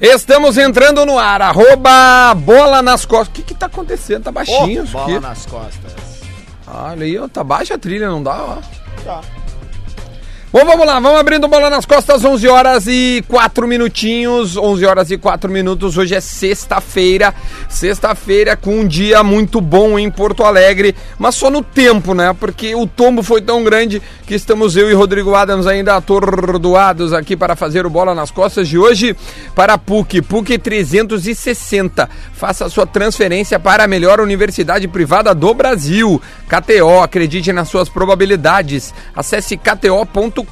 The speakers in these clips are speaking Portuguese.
Estamos entrando no ar, arroba bola nas costas. O que que tá acontecendo? Tá baixinho isso bola aqui. nas costas. Olha aí, ó, tá baixa a trilha, não dá, ó. Tá. Bom, vamos lá, vamos abrindo bola nas costas, 11 horas e 4 minutinhos, 11 horas e 4 minutos, hoje é sexta-feira, sexta-feira com um dia muito bom em Porto Alegre, mas só no tempo, né, porque o tombo foi tão grande que estamos eu e Rodrigo Adams ainda atordoados aqui para fazer o Bola nas Costas de hoje para a PUC, PUC 360, faça a sua transferência para a melhor universidade privada do Brasil, KTO, acredite nas suas probabilidades, acesse kto.com.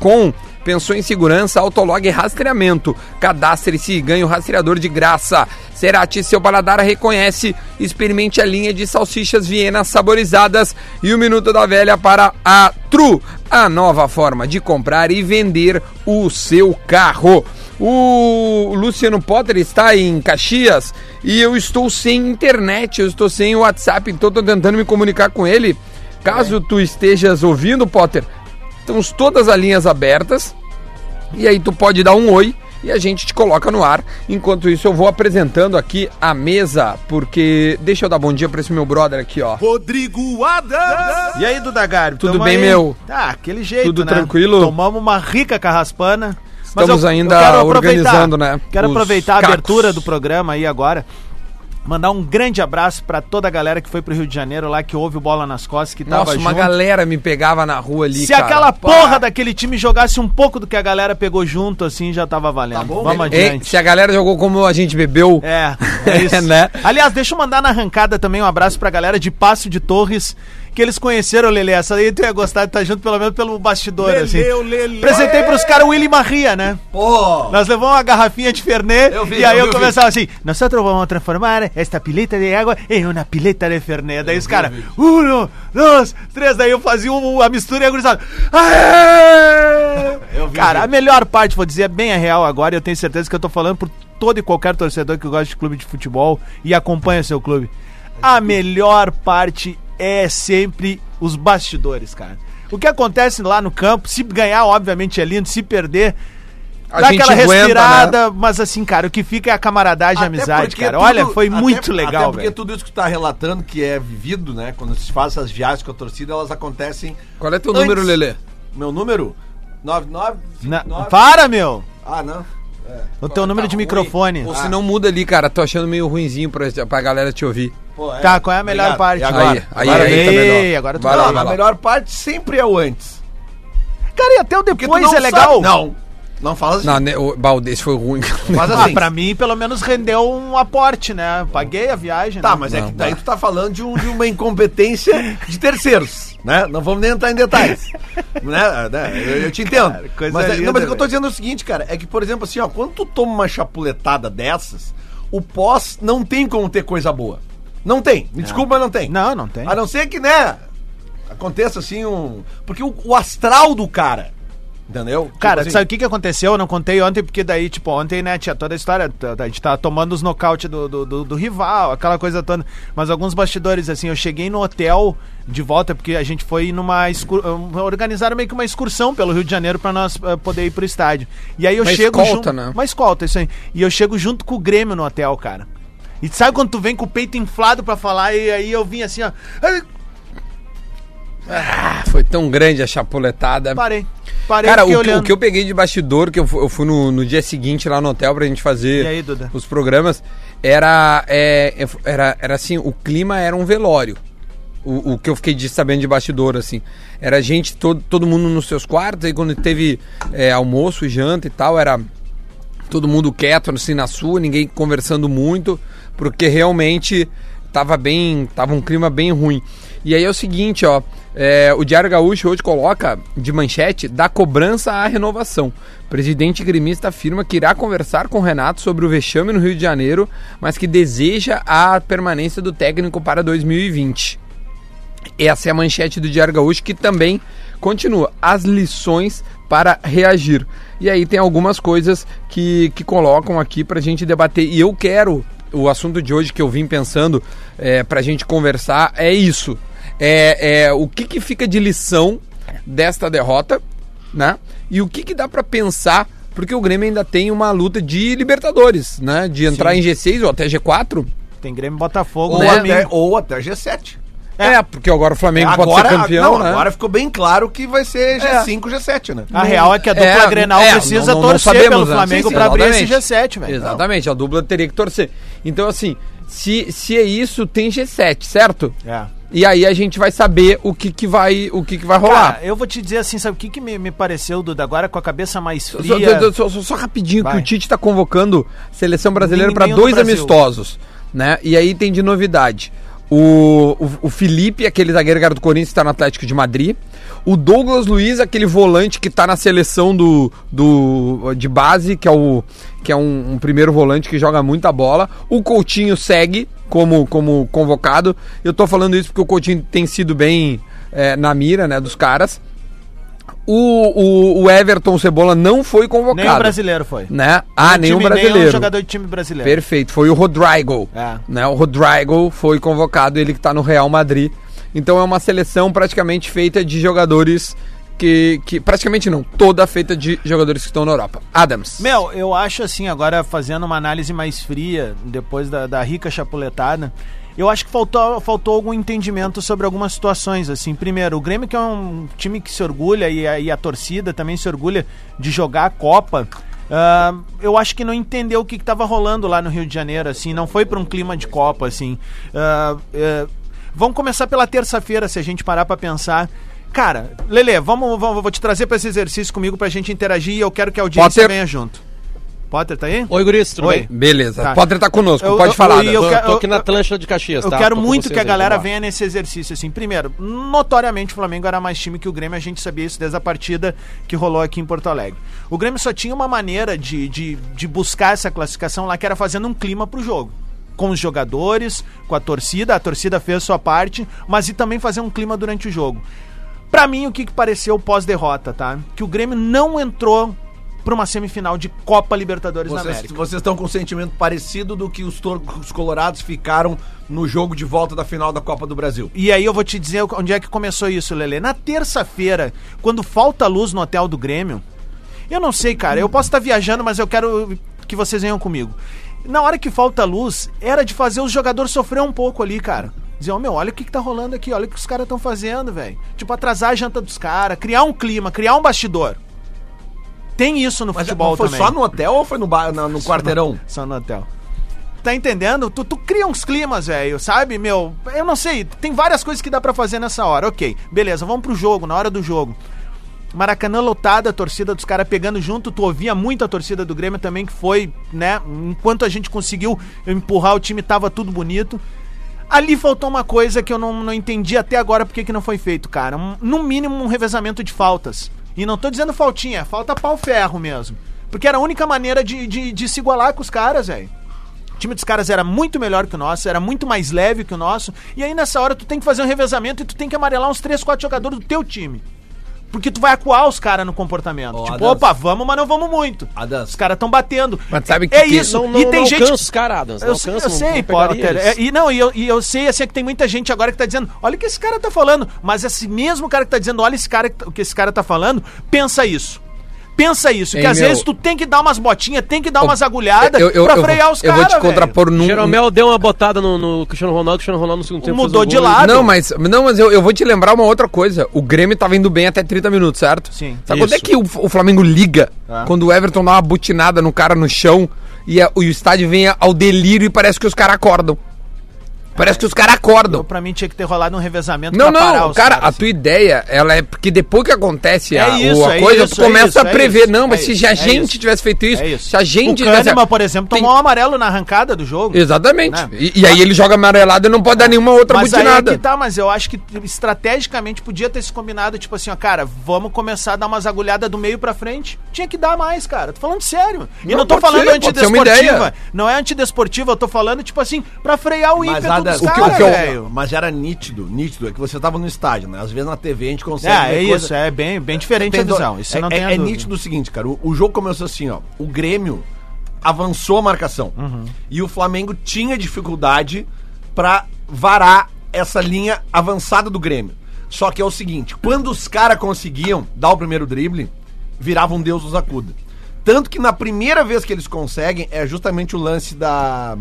Pensou em segurança, autolog e rastreamento. Cadastre-se e ganhe o rastreador de graça. Cerati, seu paladar reconhece. Experimente a linha de salsichas vienas saborizadas e o Minuto da Velha para a Tru, a nova forma de comprar e vender o seu carro. O Luciano Potter está em Caxias e eu estou sem internet, eu estou sem WhatsApp, então estou tentando me comunicar com ele. É. Caso tu estejas ouvindo, Potter, Estamos todas as linhas abertas. E aí tu pode dar um oi e a gente te coloca no ar. Enquanto isso, eu vou apresentando aqui a mesa, porque deixa eu dar bom dia pra esse meu brother aqui, ó. Rodrigo Adams. E aí, Duda Garbi? Tudo tamo bem, meu? Tá, aquele jeito, Tudo né? tranquilo? Tomamos uma rica carraspana. Mas Estamos ainda aproveitar- organizando, né, Quero os aproveitar a cacos. abertura do programa aí agora. Mandar um grande abraço pra toda a galera que foi pro Rio de Janeiro lá, que ouve o Bola nas Costas, que tava Nossa, uma junto. galera me pegava na rua ali, Se cara. aquela Pá. porra daquele time jogasse um pouco do que a galera pegou junto, assim, já tava valendo. bom, Vamos Hein? adiante. se a galera jogou como a gente bebeu... É, é isso. Né? Aliás, deixa eu mandar na arrancada também um abraço pra galera de Passo de Torres, que eles conheceram, Lele. Essa aí tu ia gostar de estar junto, pelo menos pelo bastidor, assim. Lele. Apresentei pros caras o Willy Maria, né? Pô! Nós levamos uma garrafinha de Fernet Eu vi, e aí eu eu, vi, eu começava assim: Nós só vamos transformar esta pileta de água em uma pileta de Fernet. Daí os caras, um, dois, três. Daí eu fazia um- a mistura e a gurizada. "Aê!" Eu vi, eu Cara, vi. a melhor parte, vou dizer, é bem a real agora. e Eu tenho certeza que eu tô falando por todo e qualquer torcedor que gosta de clube de futebol e acompanha seu clube. A melhor parte é sempre os bastidores, cara. O que acontece lá no campo, se ganhar, obviamente é lindo, se perder, A Dá gente aquela aguenta, né? respirada, mas assim, cara, o que fica é a camaradagem e a né? Até amizade, porque cara. tudo- Olha, foi até- muito Até legal, porque velho. tudo isso que tu tá relatando, que é vivido, né? Quando se faz essas viagens com a torcida, elas acontecem. Qual é teu Antes. número, Lelê? Meu número? 99. Na- 59. Para, meu! Ah, não. É. O teu número de ruim. microfone. Tá, Ah. Ou se não muda ali, cara, tô achando meio ruinzinho pra, pra galera te ouvir. Pô, é. Tá, qual é a melhor Obrigado. parte? E agora? Aí, aí, agora aí tá vem, melhor. agora tu Vai lá, Não, vai a lá. melhor parte sempre é o antes. Cara, e até o Porque tu depois não é legal. sabe- Não. Não fala assim. Não, né, o Baldez foi ruim. Mas Ah, assim. pra mim, pelo menos rendeu um aporte, né? Paguei a viagem. Tá, né? mas é que daí tu tá falando de, um- de uma incompetência de terceiros, né? Não vamos nem entrar em detalhes. né? né? Eu, eu te entendo. Cara, coisa mas, é- linda, não, mas o que eu tô velho. dizendo é o seguinte, cara, é que, por exemplo, assim, ó, quando tu toma uma chapuletada dessas, o pós não tem como ter coisa boa. Não tem. Me desculpa, mas não tem. É. Não, não tem. A não ser que, né? Aconteça assim um. Porque o, o astral do cara. Entendeu? Cara, Tipo assim, sabe o que, que aconteceu? Eu não contei ontem, porque daí, tipo, ontem, né, tinha toda a história. t- A gente tava tomando os nocaute do, do, do- do rival, aquela coisa toda. Mas alguns bastidores, assim, eu cheguei no hotel de volta, porque a gente foi numa. Excur... um, Organizaram meio que uma excursão pelo Rio de Janeiro pra nós eh, poder ir pro estádio. E aí eu Uma chego. escolta, junto- né? Uma escolta, isso aí. E eu chego junto com o Grêmio no hotel, cara. E sabe quando tu vem com o peito inflado pra falar, e aí eu vim assim, ó. "Ai", Foi tão grande a chapuletada. Parei. Parei, Cara, o, fiquei que- o olhando. que eu peguei de bastidor, que eu fu- eu fui, no, no dia seguinte lá no hotel pra gente fazer E aí, Duda? os programas, era, é, é, era, era assim, o clima era um velório. O, o que eu fiquei de, sabendo de bastidor, assim. Era gente, todo, todo mundo nos seus quartos, aí quando teve é, almoço, janta e tal, era todo mundo quieto, assim, na sua, ninguém conversando muito, porque realmente tava bem, tava um clima bem ruim. E aí é o seguinte, ó, é, o Diário Gaúcho hoje coloca de manchete da cobrança à renovação. presidente gremista afirma que irá conversar com o Renato sobre o vexame no Rio de Janeiro, mas que deseja a permanência do técnico para 2020. Essa é a manchete do Diário Gaúcho que também continua. As lições para reagir. E aí tem algumas coisas que, que colocam aqui pra gente debater. E eu quero, o assunto de hoje que eu vim pensando é, pra gente conversar é isso. É, é o que, que fica de lição desta derrota, né? E o que, que dá pra pensar porque o Grêmio ainda tem uma luta de Libertadores, né? De entrar em G6 ou até G4. Tem Grêmio e Botafogo, É. Ou, Né? até, ou até G7. É, porque agora o Flamengo pode Agora, ser campeão, não, né? agora ficou bem claro que vai ser G5, G7, né? A real é que a dupla É, Grenal é, precisa não- não- não torcer sabemos, pelo né? Flamengo Sim, sim, pra abrir esse exatamente. G7, velho. Exatamente, a dupla teria que torcer. Então, assim, se, se é isso, tem G7, certo? É. E aí a gente vai saber o que, que, vai, o que, que vai rolar. Cara, eu vou te dizer assim, sabe o que, que me, me pareceu, Duda, agora com a cabeça mais Só- só- fria? Só, só- só rapidinho que Vai. o Tite está convocando a seleção brasileira para Menininho do dois Brasil. amistosos, né? E aí tem de novidade. O, o, o Felipe, aquele zagueiro que era do Corinthians, está no Atlético de Madrid. O Douglas Luiz, aquele volante que tá na seleção do, do de base, que é, o, que é um, um primeiro volante que joga muita bola. O Coutinho segue como, como convocado. Eu tô falando isso porque o Coutinho tem sido bem eh, na mira né, dos caras. O, o, o Everton Cebola não foi convocado. Nem o brasileiro foi. Né? Ah, nenhum Nenhum time- brasileiro. Nenhum jogador de time brasileiro. Perfeito, foi o Rodrigo. É. Né? O Rodrigo foi convocado, ele que tá no Real Madrid. Então é uma seleção praticamente feita de jogadores que. que praticamente não, toda feita de jogadores que estão na Europa. Adams. Meu, eu acho assim, agora fazendo uma análise mais fria, depois da, da rica chapuletada, eu acho que faltou, faltou algum entendimento sobre algumas situações, assim. Primeiro, o Grêmio que é um time que se orgulha, e a, e a torcida também se orgulha de jogar a Copa, ah, eu acho que não entendeu o que estava rolando lá no Rio de Janeiro, assim. Não foi para um clima de Copa, assim. Ah, eh, vamos começar pela terça-feira, se a gente parar para pensar. Cara, Lele, vamos, vamos, vou te trazer para esse exercício comigo pra gente interagir e eu quero que a audiência Potter. venha junto. Potter, tá aí? Oi, Guris, tudo Oi. bem? Beleza, Tá. Potter tá conosco, Eu- pode eu- falar. eu- Adams. Eu tô, quero- tô aqui na eu- Atlântica de Caxias, Eu tá? quero Tô com muito que vocês a aí, galera vamos lá. venha nesse exercício, assim. Primeiro, notoriamente o Flamengo era mais time que o Grêmio, a gente sabia isso desde a partida que rolou aqui em Porto Alegre. O Grêmio só tinha uma maneira de, de, de buscar essa classificação lá, que era fazendo um clima pro jogo. Com os jogadores, com a torcida, a torcida fez sua parte, mas e também fazer um clima durante o jogo. Pra mim, o que, que pareceu pós-derrota, tá? Que o Grêmio não entrou pra uma semifinal de Copa Libertadores da Vocês, América. vocês estão com um sentimento parecido do que os, tor- os colorados ficaram no jogo de volta da final da Copa do Brasil. E aí eu vou te dizer onde é que começou isso, Lelê. Na terça-feira, quando falta luz no hotel do Grêmio, eu não sei, cara. Eu posso estar viajando, mas eu quero que vocês venham comigo. Na hora que falta luz, era de fazer os jogadores sofrer um pouco ali, cara. Dizer, ó, meu, olha o que, que tá rolando aqui, olha o que os caras estão fazendo, velho. Tipo, atrasar a janta dos caras, criar um clima, criar um bastidor. Tem isso no Mas futebol foi é também. só no hotel ou foi no, ba- na- no quarteirão? Só no hotel. Tá entendendo? Tu, tu cria uns climas, velho, sabe, meu? Eu não sei, tem várias coisas que dá pra fazer nessa hora. Ok, beleza, vamos pro jogo, na hora do jogo. Maracanã lotada, a torcida dos caras pegando junto, tu ouvia muito a torcida do Grêmio também, que foi, né? Enquanto a gente conseguiu empurrar o time, tava tudo bonito. Ali faltou uma coisa que eu não, não entendi até agora porque que não foi feito, cara. Um- no mínimo um revezamento de faltas. E não tô dizendo faltinha, é falta pau-ferro mesmo. Porque era a única maneira de, de, de se igualar com os caras, velho. O time dos caras era muito melhor que o nosso, era muito mais leve que o nosso. E aí nessa hora tu tem que fazer um revezamento e tu tem que amarelar uns 3, 4 jogadores do teu time. Porque tu vai acuar os caras no comportamento. Ó, tipo, Adams. opa, vamos, mas não vamos muito. Adams. Os caras estão batendo. Mas sabe que é que- isso. Não, não, e tem não gente alcança os caras, Adams. eu, não sei- alcança, eu um não- sei, não pegaria Potter. eles. É, e não, e eu, e eu sei assim é que tem muita gente agora que tá dizendo, olha o que esse cara tá falando, mas esse mesmo cara que tá dizendo, olha esse cara, que tá- o que esse cara tá falando, pensa isso. Pensa isso, que Ei, às meu- vezes tu tem que dar umas botinhas, tem que dar umas agulhadas Eu- eu- pra eu vou- frear os Eu vou caras. te velho. contrapor num. Jeromel deu uma botada no, no Cristiano Ronaldo, Cristiano Ronaldo no segundo tempo Mudou fez o de gol e- lado. Não, mas, não, mas eu, eu vou te lembrar uma outra coisa. O Grêmio tava indo bem até 30 minutos, certo? Sim. Sabe quando é Isso. que o, o Flamengo liga? Ah. Quando o Everton dá uma butinada no cara no chão e, a- e o estádio vem ao delírio e parece que os caras acordam. Parece que os caras Eu, acordam. pra mim tinha que ter rolado um revezamento Não, pra não, os cara, caras, a assim. tua ideia, ela é porque depois que acontece a, É isso, o- a é coisa, isso, tu é começa isso, a é prever. isso, não, mas é se isso, a é gente isso. tivesse feito isso, É isso. se a gente. o Kahneman, tivesse- por exemplo, Tem- tomou um amarelo na arrancada do jogo. Exatamente. Né? E, e aí ele joga amarelado e não pode dar nenhuma outra mas aí é butinada. que tá, mas eu acho que estrategicamente podia ter se combinado, tipo assim, ó, cara, vamos começar a dar umas agulhadas do meio pra frente. Tinha que dar mais, cara. Tô falando sério. E não, Não, tô pode falando ser, pode ser uma antidesportiva. ideia. Não é antidesportiva, eu tô falando, tipo assim, pra frear o Mas, ímpeto Adams, dos o que- o caras, que eu- velho. mas era nítido, nítido, é que você tava no estádio, né? Às vezes na TV a gente É, consegue. é ver isso, coisa- é bem, bem diferente a Tem do- visão. Isso é, eu não é- tem é nítido o seguinte, cara. O, o jogo começou assim, ó. O Grêmio avançou a marcação. Uhum. E o Flamengo tinha dificuldade pra varar essa linha avançada do Grêmio. Só que é o seguinte, quando os caras conseguiam dar o primeiro drible, viravam Deus os um acuda. Tanto que na primeira vez que eles conseguem, é justamente o lance da.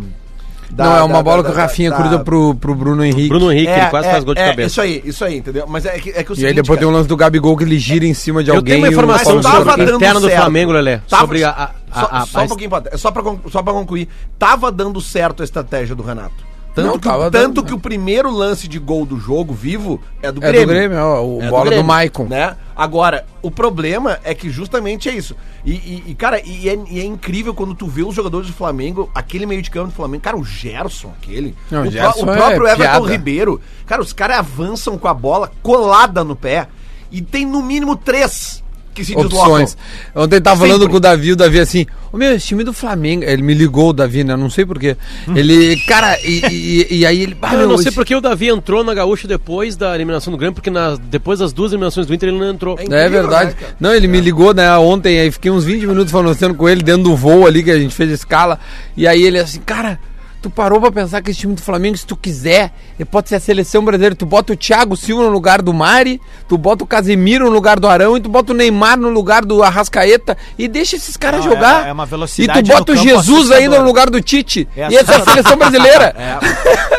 da- Não, é uma da- bola da- que o da- Rafinha da- cruza pro, pro Bruno Henrique. Bruno Henrique, É, ele quase é, faz gol de é, cabeça. Isso aí, isso aí, entendeu? Mas é que, é que o E aí depois tem um lance do Gabigol que ele gira em cima de Eu alguém. tenho uma e o informação Paulo Mas tava sobre Jorge- o dando interno do certo. Flamengo, Lelé. Tava- sobre a, a, a, só, a- só um pouquinho, pra- é só pra, conclu- só pra concluir. Tava dando certo a estratégia do Renato. Tanto, Não, que, tava tanto dando, né? que o primeiro lance de gol do jogo vivo é do É Grêmio. do Grêmio, ó, o É bola do, Grêmio, Maicon. Né? Agora, o problema é que justamente é isso. E, e- e, cara, e é, e é incrível quando tu vê os jogadores do Flamengo, aquele meio de campo do Flamengo, cara, o Gerson, aquele. Não, o, o pró- Gerson o próprio é Everton piada. Ribeiro. Cara, os caras avançam com a bola colada no pé. E tem no mínimo três que se opções. deslocam. Ontem tava Sempre. falando com o Davi, o Davi assim, o meu, esse time do Flamengo, ele me ligou, o Davi, né, não sei porquê, ele, cara, e, e- e aí ele, ah, Uhum. Eu meu, não sei esse- porque o Davi entrou na Gaúcha depois da eliminação do Grêmio, porque nas- depois das duas eliminações do Inter ele não entrou. É É Incrível, verdade. né, cara? não, ele me ligou, né, ontem, aí fiquei uns 20 minutos falando com ele dentro do voo ali que a gente fez escala. E aí ele assim, cara, tu parou pra pensar que esse time do Flamengo, se tu quiser, ele pode ser a seleção brasileira. Tu bota o Thiago Silva no lugar do Mari, tu bota o Casemiro no lugar do Arão e tu bota o Neymar no lugar do Arrascaeta e deixa esses caras Não, jogar. é- é uma E velocidade tu no bota o campo Jesus ainda no assustadora. lugar do Tite. É e essa é a seleção brasileira.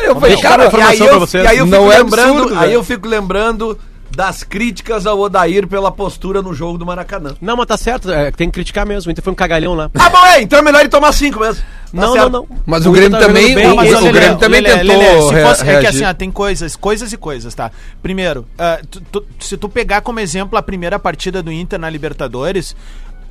Eu falei, Deixa eu dar cara, uma informação e aí pra eu- vocês. e aí eu não fico é lembrando, lembrando, aí velho. eu fico lembrando das críticas ao Odair pela postura no jogo do Maracanã. Não, mas tá certo, é, tem que criticar mesmo. O Inter foi um cagalhão lá. Tá Ah, bom, é, então é melhor ele tomar cinco mesmo. Tá não, certo. não, não. Mas o Inter Grêmio tá jogando também- bem. o- Não, mas o olha, Grêmio Lelé, também Lelé, tentou Lelé, se fosse, é que reagir. assim, ó, tem coisas, coisas e coisas, tá? Primeiro, ah, tu- tu- se tu pegar como exemplo a primeira partida do Inter na Libertadores.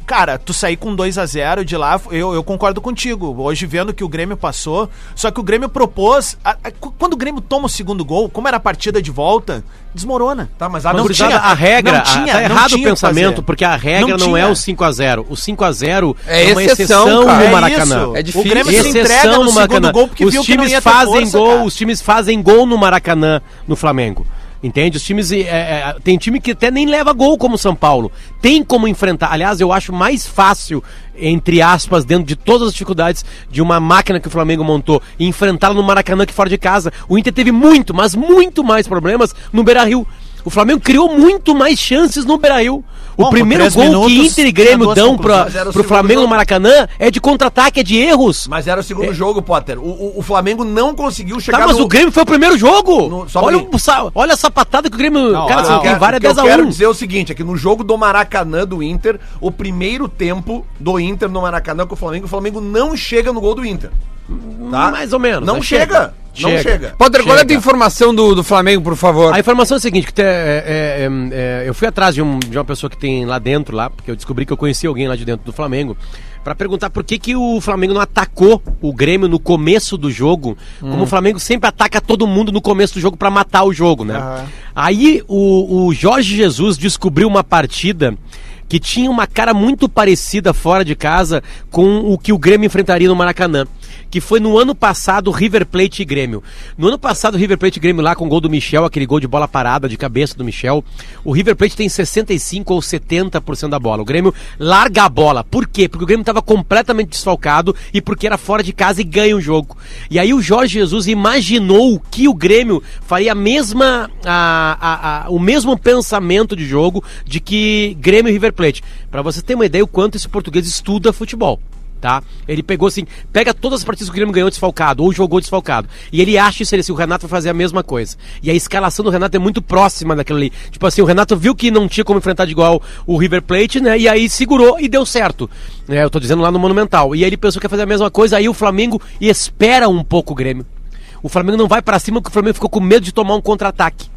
Cara, tu sair com 2 a 0 de lá, eu, eu concordo contigo. Hoje, vendo que o Grêmio passou, só que o Grêmio propôs. a- a- cu- quando o Grêmio toma o segundo gol, como era a partida de volta, desmorona. Tá, mas a Não gurizada, tinha- a regra, não tinha- não tá errado o tinha que fazer. pensamento, porque a regra não, é tinha. o 5 a 0 O 5 a 0 É uma exceção, cara. no É Maracanã. isso. É difícil. O Grêmio se Exceção entrega no no segundo Maracanã. gol porque os viu que não times ia ter fazem força, gol, cara. os times fazem gol no Maracanã, no Flamengo. Entende? Os times. é, é, tem time que até nem leva gol, como o São Paulo. Tem como enfrentar. Aliás, eu acho mais fácil, entre aspas, dentro de todas as dificuldades de uma máquina que o Flamengo montou, enfrentá-la no Maracanã que fora de casa. O Inter teve muito, mas muito mais problemas no Beira Rio. O Flamengo criou muito mais chances no Beira Rio. O Bom, com primeiro três gol que minutos, Inter e tinha Grêmio duas dão conclusões. pra, Mas era o pro segundo Flamengo jogo. no Maracanã é de contra-ataque, é de erros. Mas era o segundo jogo, Potter. O, o- o Flamengo não conseguiu chegar É. Tá, mas no... o Grêmio foi o primeiro jogo. No- só um olha, pouquinho. o sa- olha a sapatada que o Grêmio. Não, cara, não, assim, não. tem Ah, várias o que 10 eu a quero 1. dizer é o seguinte, é que no jogo do Maracanã do Inter, o primeiro tempo do Inter no Maracanã com o Flamengo, o Flamengo não chega no gol do Inter. Tá? Mais ou menos, Não mas chega. chega. Não Chega. chega. Potter, qual é a tua Chega. informação do, do Flamengo, por favor? A informação é a seguinte, que tem- é, é, é, é, eu fui atrás de, um- de uma pessoa que tem lá dentro, lá, porque eu descobri que eu conhecia alguém lá de dentro do Flamengo, pra perguntar por que, que o Flamengo não atacou o Grêmio no começo do jogo, Hum. como o Flamengo sempre ataca todo mundo no começo do jogo pra matar o jogo, né? Aí o, o Jorge Jesus descobriu uma partida que tinha uma cara muito parecida fora de casa com o que o Grêmio enfrentaria no Maracanã, que foi no ano passado River Plate e Grêmio. No ano passado River Plate e Grêmio lá com o gol do Michel, aquele gol de bola parada de cabeça do Michel, o River Plate tem 65 ou 70% da bola. O Grêmio larga a bola. Por quê? Porque o Grêmio estava completamente desfalcado e porque era fora de casa e ganha o jogo. E aí o Jorge Jesus imaginou que o Grêmio faria a mesma a- a- a- o mesmo pensamento de jogo de que Grêmio e River Plate. Pra você ter uma ideia o quanto esse português estuda futebol. Tá? Ele pegou assim, pega todas as partidas que o Grêmio ganhou desfalcado ou jogou desfalcado. E ele acha isso, ele assim, o Renato vai fazer a mesma coisa. E a escalação do Renato é muito próxima daquela ali. Tipo assim, o Renato viu que não tinha como enfrentar de igual o River Plate, né? E aí segurou e deu certo. É, eu tô dizendo lá no Monumental. E aí ele pensou que ia fazer a mesma coisa, aí o Flamengo espera um pouco o Grêmio. O Flamengo não vai pra cima porque o Flamengo ficou com medo de tomar um contra-ataque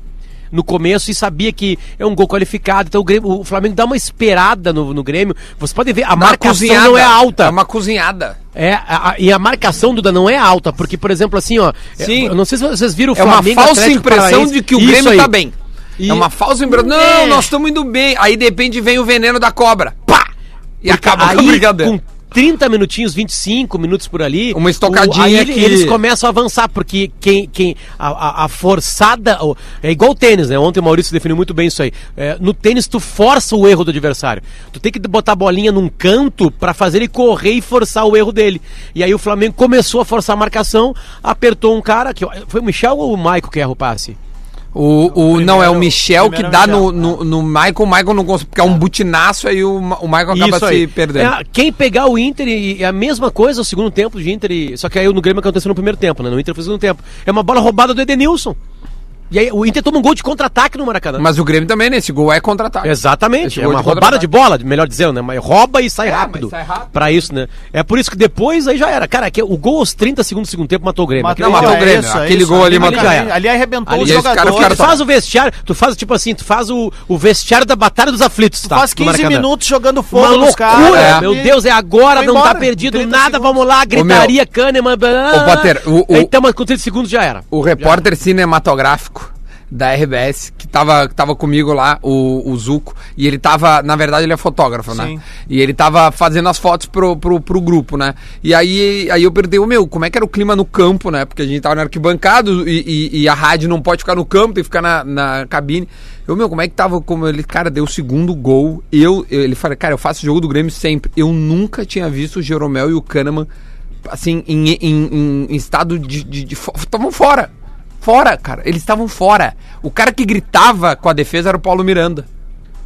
no começo e sabia que é um gol qualificado. Então o, Grêmio- o Flamengo dá uma esperada no, no Grêmio. Você pode ver, a Uma marcação não é alta. É uma cozinhada. É, a- a- e a marcação Duda não é alta, porque, por exemplo, assim, ó. é- Sim. eu não sei se vocês viram o É uma Flamengo falsa Atlético impressão Paranaense. de que o Isso Grêmio aí. tá bem. E- É uma falsa impressão. Não, É. nós estamos indo bem. Aí de repente vem o veneno da cobra. Pá! E acaba com a aí, brincadeira. com 30 minutinhos, 25 minutos por ali. Uma estocadinha o- aí ele- que- Eles começam a avançar, porque quem. quem a, a- a forçada. o- É igual o tênis, né? Ontem o Maurício definiu muito bem isso aí. É, no tênis, tu força o erro do adversário. Tu tem que botar a bolinha num canto pra fazer ele correr e forçar o erro dele. E aí o Flamengo começou a forçar a marcação, apertou um cara. que Foi o Michel ou o Maico que erra o passe? O, o, não, é o primeiro- Michel que primeiro dá no, Michel. no, no Michael. O Michael não consegue, porque é um butinaço, aí o, Ma- o Michael acaba Isso se aí. perdendo. É, quem pegar o Inter e, e a mesma coisa, o segundo tempo de Inter, e- só que aí no Grêmio aconteceu no primeiro tempo, né? No Inter foi o segundo tempo. É uma bola roubada do Edenilson. E aí o Inter toma um gol de contra-ataque no Maracanã. Mas o Grêmio também, né? Esse gol é contra-ataque. Esse Exatamente, é gol uma de roubada contra-ataque. de bola, melhor dizendo, né? Mas rouba e sai É, mas rápido. sai rápido. Pra isso, né? É por isso que depois aí já era. Cara, que o gol aos 30 segundos do segundo tempo matou o Grêmio. Aquele não, gol- matou é o Grêmio. Aquele gol ali matou- Ali, ali, ali arrebentou Ali os esse cara jogadores. ficaram tu só- faz o vestiário, tu faz tipo assim, tu faz o, o vestiário da Batalha dos Aflitos, tá? faz no 15 Maracanã. minutos jogando Uma fogo nos loucura, caras. é. meu Deus, é agora, Foi não embora, tá perdido 30 nada, segundos. vamos lá, gritaria, Kahneman. blá, blá, blá. Ô, Potter, o- o- Então, mas com 30 segundos já era. O repórter cinematográfico da RBS, que tava, que tava comigo lá, o, o Zuco, e ele tava, na verdade ele é fotógrafo, né? Sim. E ele tava fazendo as fotos pro, pro, pro grupo, né? E aí, aí eu perguntei, o meu, como é que era o clima no campo, né? Porque a gente tava no arquibancado e, e- e a rádio não pode ficar no campo, tem que ficar na, na cabine. Eu, meu, como é que tava, como ele, cara, deu o segundo gol, eu, eu- ele fala, cara, eu faço jogo do Grêmio sempre, eu nunca tinha visto o Jeromel e o Kahneman, assim, em, em- em estado de, de, de fo- estavam fora, fora, cara, eles estavam fora. O cara que gritava com a defesa era o Paulo Miranda.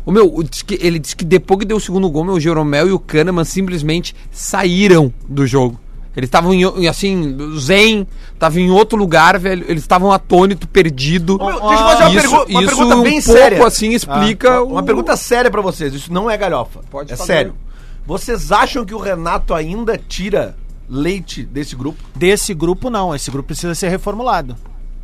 O meu, o diz que- ele disse que depois que deu o segundo gol, meu, o Jeromel e o Kahneman simplesmente saíram do jogo. Eles estavam em, o- em, assim, zen, estavam em outro lugar, velho. Eles estavam atônito, perdido. Meu, deixa eu fazer uma, isso, pergu- uma isso pergunta um bem pouco séria. Ah, assim explica Uma o- pergunta séria pra vocês, isso não é galhofa. Pode é fazer. sério. Vocês acham que o Renato ainda tira leite desse grupo? Desse grupo não, esse grupo precisa ser reformulado.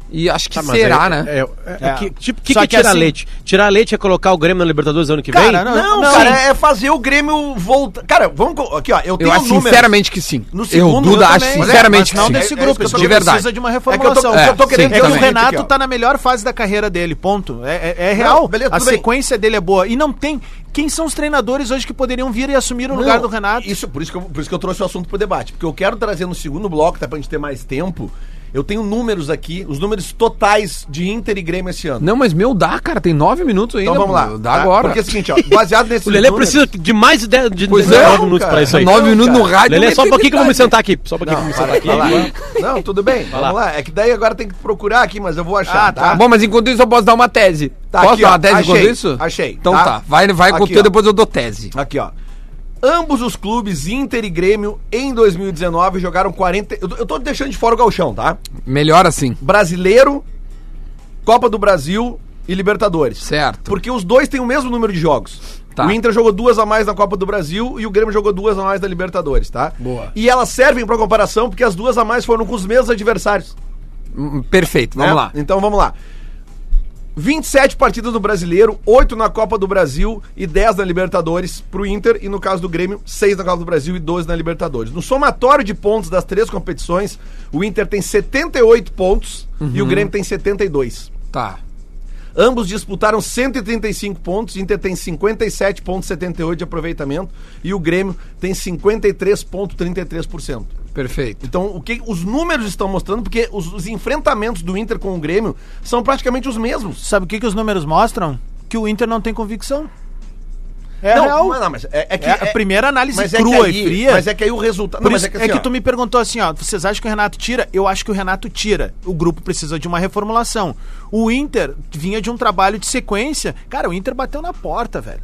E acho que Tá, mas será, aí- né? é- é- é É. que- tipo, o que, Só que que tirar assim- leite? Tirar leite é colocar o Grêmio na Libertadores ano que vem? Cara, não, não, cara, sim. é fazer o Grêmio voltar. Cara, vamos. co- Aqui, ó, eu tenho eu acho números. sinceramente que sim. No eu, segundo, Duda, eu acho também. Mas é, sinceramente Mas não que sim. desse É, é grupo, isso que eu esse tô grupo dizendo. precisa de uma É reformulação. que eu tô- é, eu tô querendo sim, É que o também. Renato tá na melhor fase da carreira dele, ponto. É, é- é Não, real. beleza, a tudo bem. sequência dele é boa. E não tem. Quem são os treinadores hoje que poderiam vir e assumir o no lugar do Renato? Isso, por isso, que eu, por isso que eu trouxe o assunto pro debate. Porque eu quero trazer no segundo bloco, tá? Pra gente ter mais tempo. Eu tenho números aqui, os números totais de Inter e Grêmio esse ano. Não, mas meu, dá, cara. Tem nove minutos ainda. então vamos lá. pô, Dá tá? agora. Porque é o seguinte, ó, baseado nesse. O Lelê precisa de mais de 10 de Pois é, 19 não, minutos cara. pra isso aí. nove Não, minutos no Então, cara. rádio. Lelê, é só um pouquinho que eu vou me eternidade. sentar aqui. Só um pouquinho que eu vou me sentar aqui. Não, tudo bem. Vamos lá. É que daí agora tem que procurar aqui, mas eu vou achar. Ah, Tá. Bom, mas enquanto isso eu posso dar uma tese. Tá, posso aqui, dar ó, uma tese achei, enquanto isso? achei, Então tá? tá, vai, vai com Aqui, tudo, ó. depois eu dou tese. Aqui, ó. Ambos os clubes, Inter e Grêmio, em 2019, jogaram 40. Eu tô- eu tô deixando de fora o Galchão, tá? Melhor assim. Brasileiro, Copa do Brasil e Libertadores. Certo. Porque os dois têm o mesmo número de jogos. Tá. O Inter jogou duas a mais na Copa do Brasil e o Grêmio jogou duas a mais na Libertadores, tá? Boa. E elas servem pra comparação porque as duas a mais foram com os mesmos adversários. Hum, Perfeito, vamos né? lá. Então vamos lá. 27 partidas no Brasileiro, 8 na Copa do Brasil e 10 na Libertadores pro Inter e no caso do Grêmio, 6 na Copa do Brasil e 12 na Libertadores. No somatório de pontos das três competições, o Inter tem 78 pontos e o Uhum. Grêmio tem 72. Tá. Ambos disputaram 135 pontos, o Inter tem 57.78 de aproveitamento e o Grêmio tem 53.33%. Perfeito. Então, o que os números estão mostrando, porque os, os enfrentamentos do Inter com o Grêmio são praticamente os mesmos. Sabe o que, que os números mostram? Que o Inter não tem convicção. É não, real. mas, não, mas é, é que É a primeira análise mas crua é que aí, e fria. Mas é que aí o resultado. Por mas isso, é que, assim, ó, tu me perguntou assim, ó, vocês acham que o Renato tira? Eu acho que o Renato tira. O grupo precisa de uma reformulação. O Inter vinha de um trabalho de sequência. Cara, o Inter bateu na porta, velho.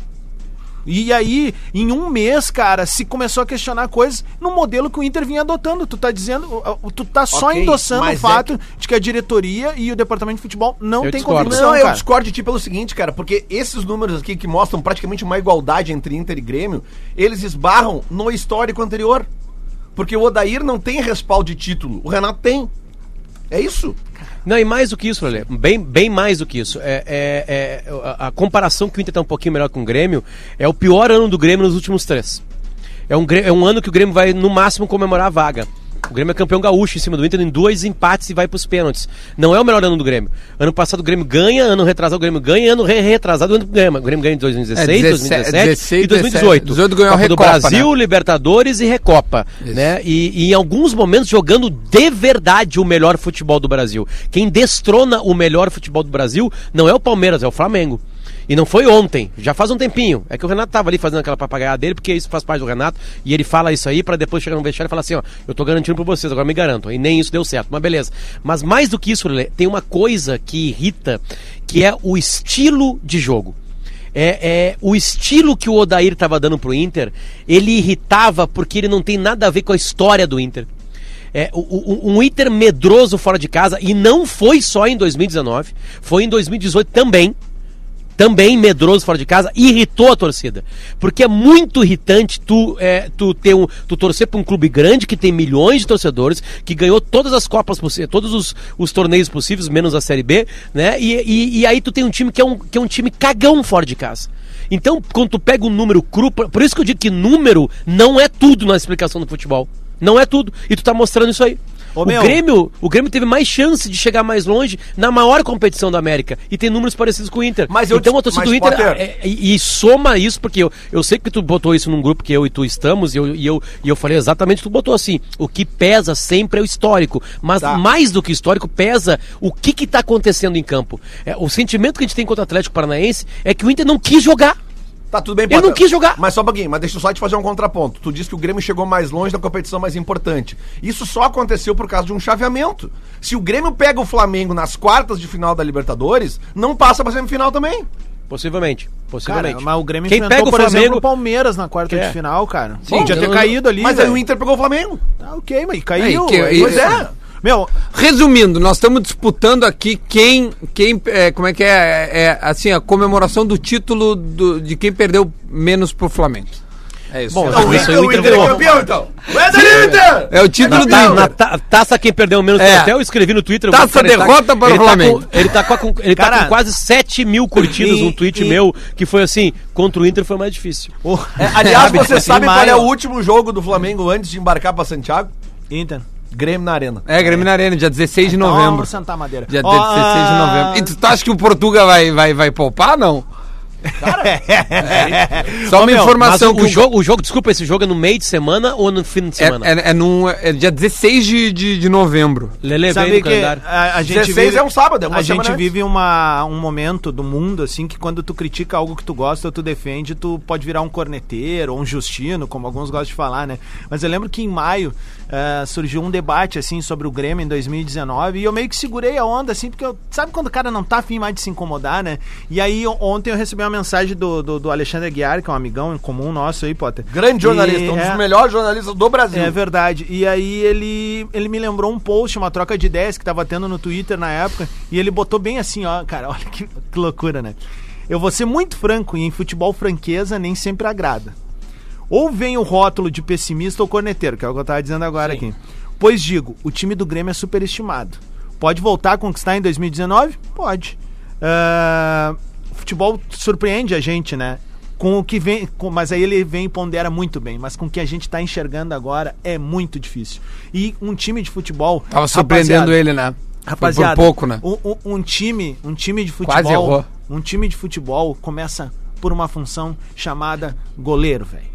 E aí, em um mês, cara, se começou a questionar coisas no modelo que o Inter vinha adotando. Tu tá dizendo, tu tá só Ok, endossando o mas é fato de que a diretoria e o departamento de futebol não Eu tem discordo. convicção, Não, eu cara. discordo de ti pelo seguinte, cara, porque esses números aqui que mostram praticamente uma igualdade entre Inter e Grêmio, eles esbarram no histórico anterior. Porque o Odair não tem respaldo de título, o Renato tem. É isso. Não, e mais do que isso, Lelê. Bem, bem mais do que isso. É, é- é- a, a comparação que o Inter tá um pouquinho melhor com o Grêmio é o pior ano do Grêmio nos últimos três. É um, Grê- é um ano que o Grêmio vai, no máximo, comemorar a vaga. O Grêmio é campeão gaúcho em cima do Inter em dois empates e vai pros pênaltis. Não é o melhor ano do Grêmio. Ano passado o Grêmio ganha, ano retrasado o Grêmio ganha, ano re- retrasado o Grêmio ganha. O Grêmio ganha em 2016, É, 2017 17, e 2018. 18 ganhou a Copa Recopa, do Brasil, né? Libertadores e Recopa. Isso. Né? E, e em alguns momentos jogando de verdade o melhor futebol do Brasil. Quem destrona o melhor futebol do Brasil não é o Palmeiras, é o Flamengo. E não foi ontem, já faz um tempinho. É que o Renato tava ali fazendo aquela papagaiada dele, porque isso faz parte do Renato, e ele fala isso aí pra depois chegar no vestiário e falar assim, ó, eu tô garantindo pra vocês, agora me garanto. E nem isso deu certo, mas beleza. Mas mais do que isso, Lelê, tem uma coisa que irrita, que é o estilo de jogo. É, é, o estilo que o Odair estava dando pro Inter, ele irritava porque ele não tem nada a ver com a história do Inter. É, o- o- um Inter medroso fora de casa, e não foi só em 2019, foi em 2018 também também medroso fora de casa, irritou a torcida. Porque é muito irritante tu, é, tu, ter um, tu torcer para um clube grande que tem milhões de torcedores, que ganhou todas as Copas possíveis, todos os, os torneios possíveis, menos a Série B, né? E, e, e aí tu tem um time que é um, que é um time cagão fora de casa. Então, quando tu pega um número cru, por por isso que eu digo que número não é tudo na explicação do futebol. Não é tudo. E tu tá mostrando isso aí. Ô, o meu. Grêmio, o Grêmio teve mais chance de chegar mais longe na maior competição da América e tem números parecidos com o Inter. Mas eu então te- a torcida mas, do Inter Potter- é, e, e soma isso, porque eu, eu sei que tu botou isso num grupo que eu e tu estamos, e eu, e eu, e eu falei exatamente o que tu botou assim. O que pesa sempre é o histórico. Mas Tá. mais do que histórico, pesa o que que tá acontecendo em campo. É, o sentimento que a gente tem contra o Atlético Paranaense é que o Inter não quis jogar. Tá tudo bem, Eu não quis jogar. Mas só um pouquinho, mas deixa eu só te fazer um contraponto. Tu disse que o Grêmio chegou mais longe da competição mais importante. Isso só aconteceu por causa de um chaveamento. Se o Grêmio pega o Flamengo nas quartas de final da Libertadores, não passa pra semifinal também. Possivelmente. Possivelmente. Cara, mas o Grêmio Quem enfrentou, pega o por exemplo, Flamengo. o Palmeiras na quarta É. de final, cara. Sim, Podia ter eu- caído ali, mas é um aí velho. o Inter pegou o Flamengo. Tá, ok, mas caiu. É, e que- pois e- é. Meu, Resumindo, nós estamos disputando aqui quem, quem é, como é que é, é, é, assim, a comemoração do título do- de quem perdeu menos pro Flamengo. É isso. Bom, Não, isso aí o Inter ganhou. é campeão, então. É da Inter! é o título Na, do tá, na ta- taça quem perdeu menos É. é. até eu escrevi no Twitter. Taça cara, ele derrota para o ele tá Flamengo. com- ele tá com, a con- ele tá Cara, com quase 7 mil curtidas e- um tweet e- meu que foi assim, contra o Inter foi mais difícil. o... É, aliás, Sabe, tipo você assim, sabe qual é Maio. o último jogo do Flamengo antes de embarcar pra Santiago? Inter. Grêmio na Arena. É, Grêmio na Arena, dia 16 de Então, novembro. vamos sentar a madeira. Dia Ó, 16 de novembro. E tu, tu acha que o Portuga vai, vai, vai poupar, não? É. Só uma é. Ô, meu, informação mas que o, o- o jogo, o jogo, desculpa, esse jogo é no meio de semana ou no fim de É, semana? é- é num- é dia 16 de, de, de novembro. Lele Sabe veio que no calendário. a, a gente 16 vive, é um sábado, é uma A semana gente antes. vive uma, um momento do mundo, assim, que quando tu critica algo que tu gosta ou tu defende, tu pode virar um corneteiro ou um justino, como alguns gostam de falar, né? Mas eu lembro que em maio eh, surgiu um debate, assim, sobre o Grêmio em 2019 e eu meio que segurei a onda, assim, porque eu, sabe quando o cara não tá afim mais de se incomodar, né? E aí on- ontem eu recebi uma mensagem do, do, do Alexandre Aguiar, que é um amigão em comum nosso aí, Potter. Grande jornalista, E, um dos é, melhores jornalistas do Brasil. é verdade. E aí ele, ele me lembrou um post, uma troca de ideias que tava tendo no Twitter na época, e ele botou bem assim, ó, cara, olha que, que loucura, né? Eu vou ser muito franco, e em futebol franqueza nem sempre agrada. Ou vem o rótulo de pessimista ou corneteiro, que é o que eu tava dizendo agora aqui. Pois digo, o time do Grêmio é superestimado. Pode voltar a conquistar em 2019? Pode. Ah, o futebol surpreende a gente, né? Com o que vem, com- mas aí ele vem e pondera muito bem. Mas com o que a gente tá enxergando agora é muito difícil. E um time de futebol. Tava surpreendendo rapaziada, ele, né? Foi Rapaziada, por pouco, né? um, um- um time, um time de futebol, Quase errou. um time de futebol começa por uma função chamada goleiro, velho.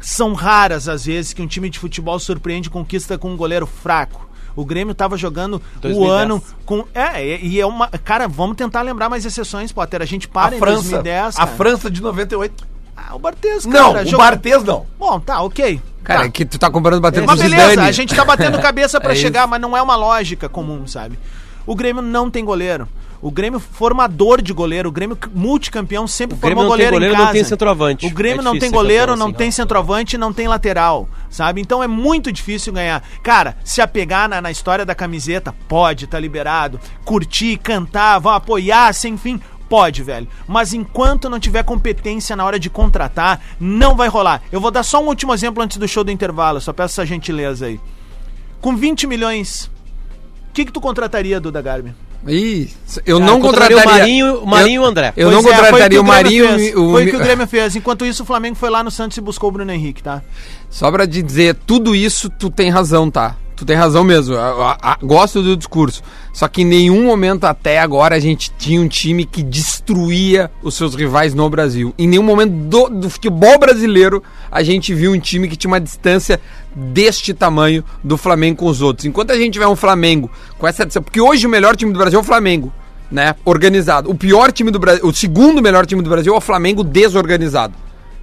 São raras as vezes que um time de futebol surpreende e conquista com um goleiro fraco. O Grêmio tava jogando 2010. o ano com é, e- e é uma, cara, vamos tentar lembrar mais exceções, Potter. A gente A para em França. 2010, a cara. França de 98. Ah, o Bartes, Não, o jogou- Bartês não. Bom, tá, OK. Cara, tá. é que tu tá comparando batendo com o Mas beleza, Zidane. a gente tá batendo cabeça pra É chegar, mas não é uma lógica comum, sabe? O Grêmio não tem goleiro. O Grêmio formador de goleiro, o Grêmio c- multicampeão sempre Grêmio formou não tem goleiro, goleiro, em não casa. tem centroavante. O Grêmio É não tem difícil ser goleiro, campeão não assim, tem não. centroavante, não tem lateral, sabe? Então é muito difícil ganhar. Cara, se apegar na, na história da camiseta, pode, tá liberado. Curtir, cantar, vão apoiar, sem fim. Pode, velho. Mas enquanto não tiver competência na hora de contratar, não vai rolar. Eu vou dar só um último exemplo antes do show do intervalo. Só peço essa gentileza aí. Com 20 milhões, o que, que tu contrataria, Duda Garbi? Ih, eu Cara, não eu contrataria contrataria o Marinho- o Marinho e o André. Eu Pois não é, foi contrataria que o Grêmio Marinho fez, e o Foi o que o Grêmio fez. Enquanto isso, o Flamengo foi lá no Santos e buscou o Bruno Henrique, tá? Só pra te dizer, tudo isso tu tem razão, tá? Tu tem razão mesmo. Eu- eu- eu gosto do discurso. Só que em nenhum momento até agora a gente tinha um time que destruía os seus rivais no Brasil. Em nenhum momento do, do futebol brasileiro a gente viu um time que tinha uma distância deste tamanho do Flamengo com os outros. Enquanto a gente tiver um Flamengo com essa. Porque hoje o melhor time do Brasil é o Flamengo. né? Organizado. O pior time do Brasil, o segundo melhor time do Brasil é o Flamengo desorganizado.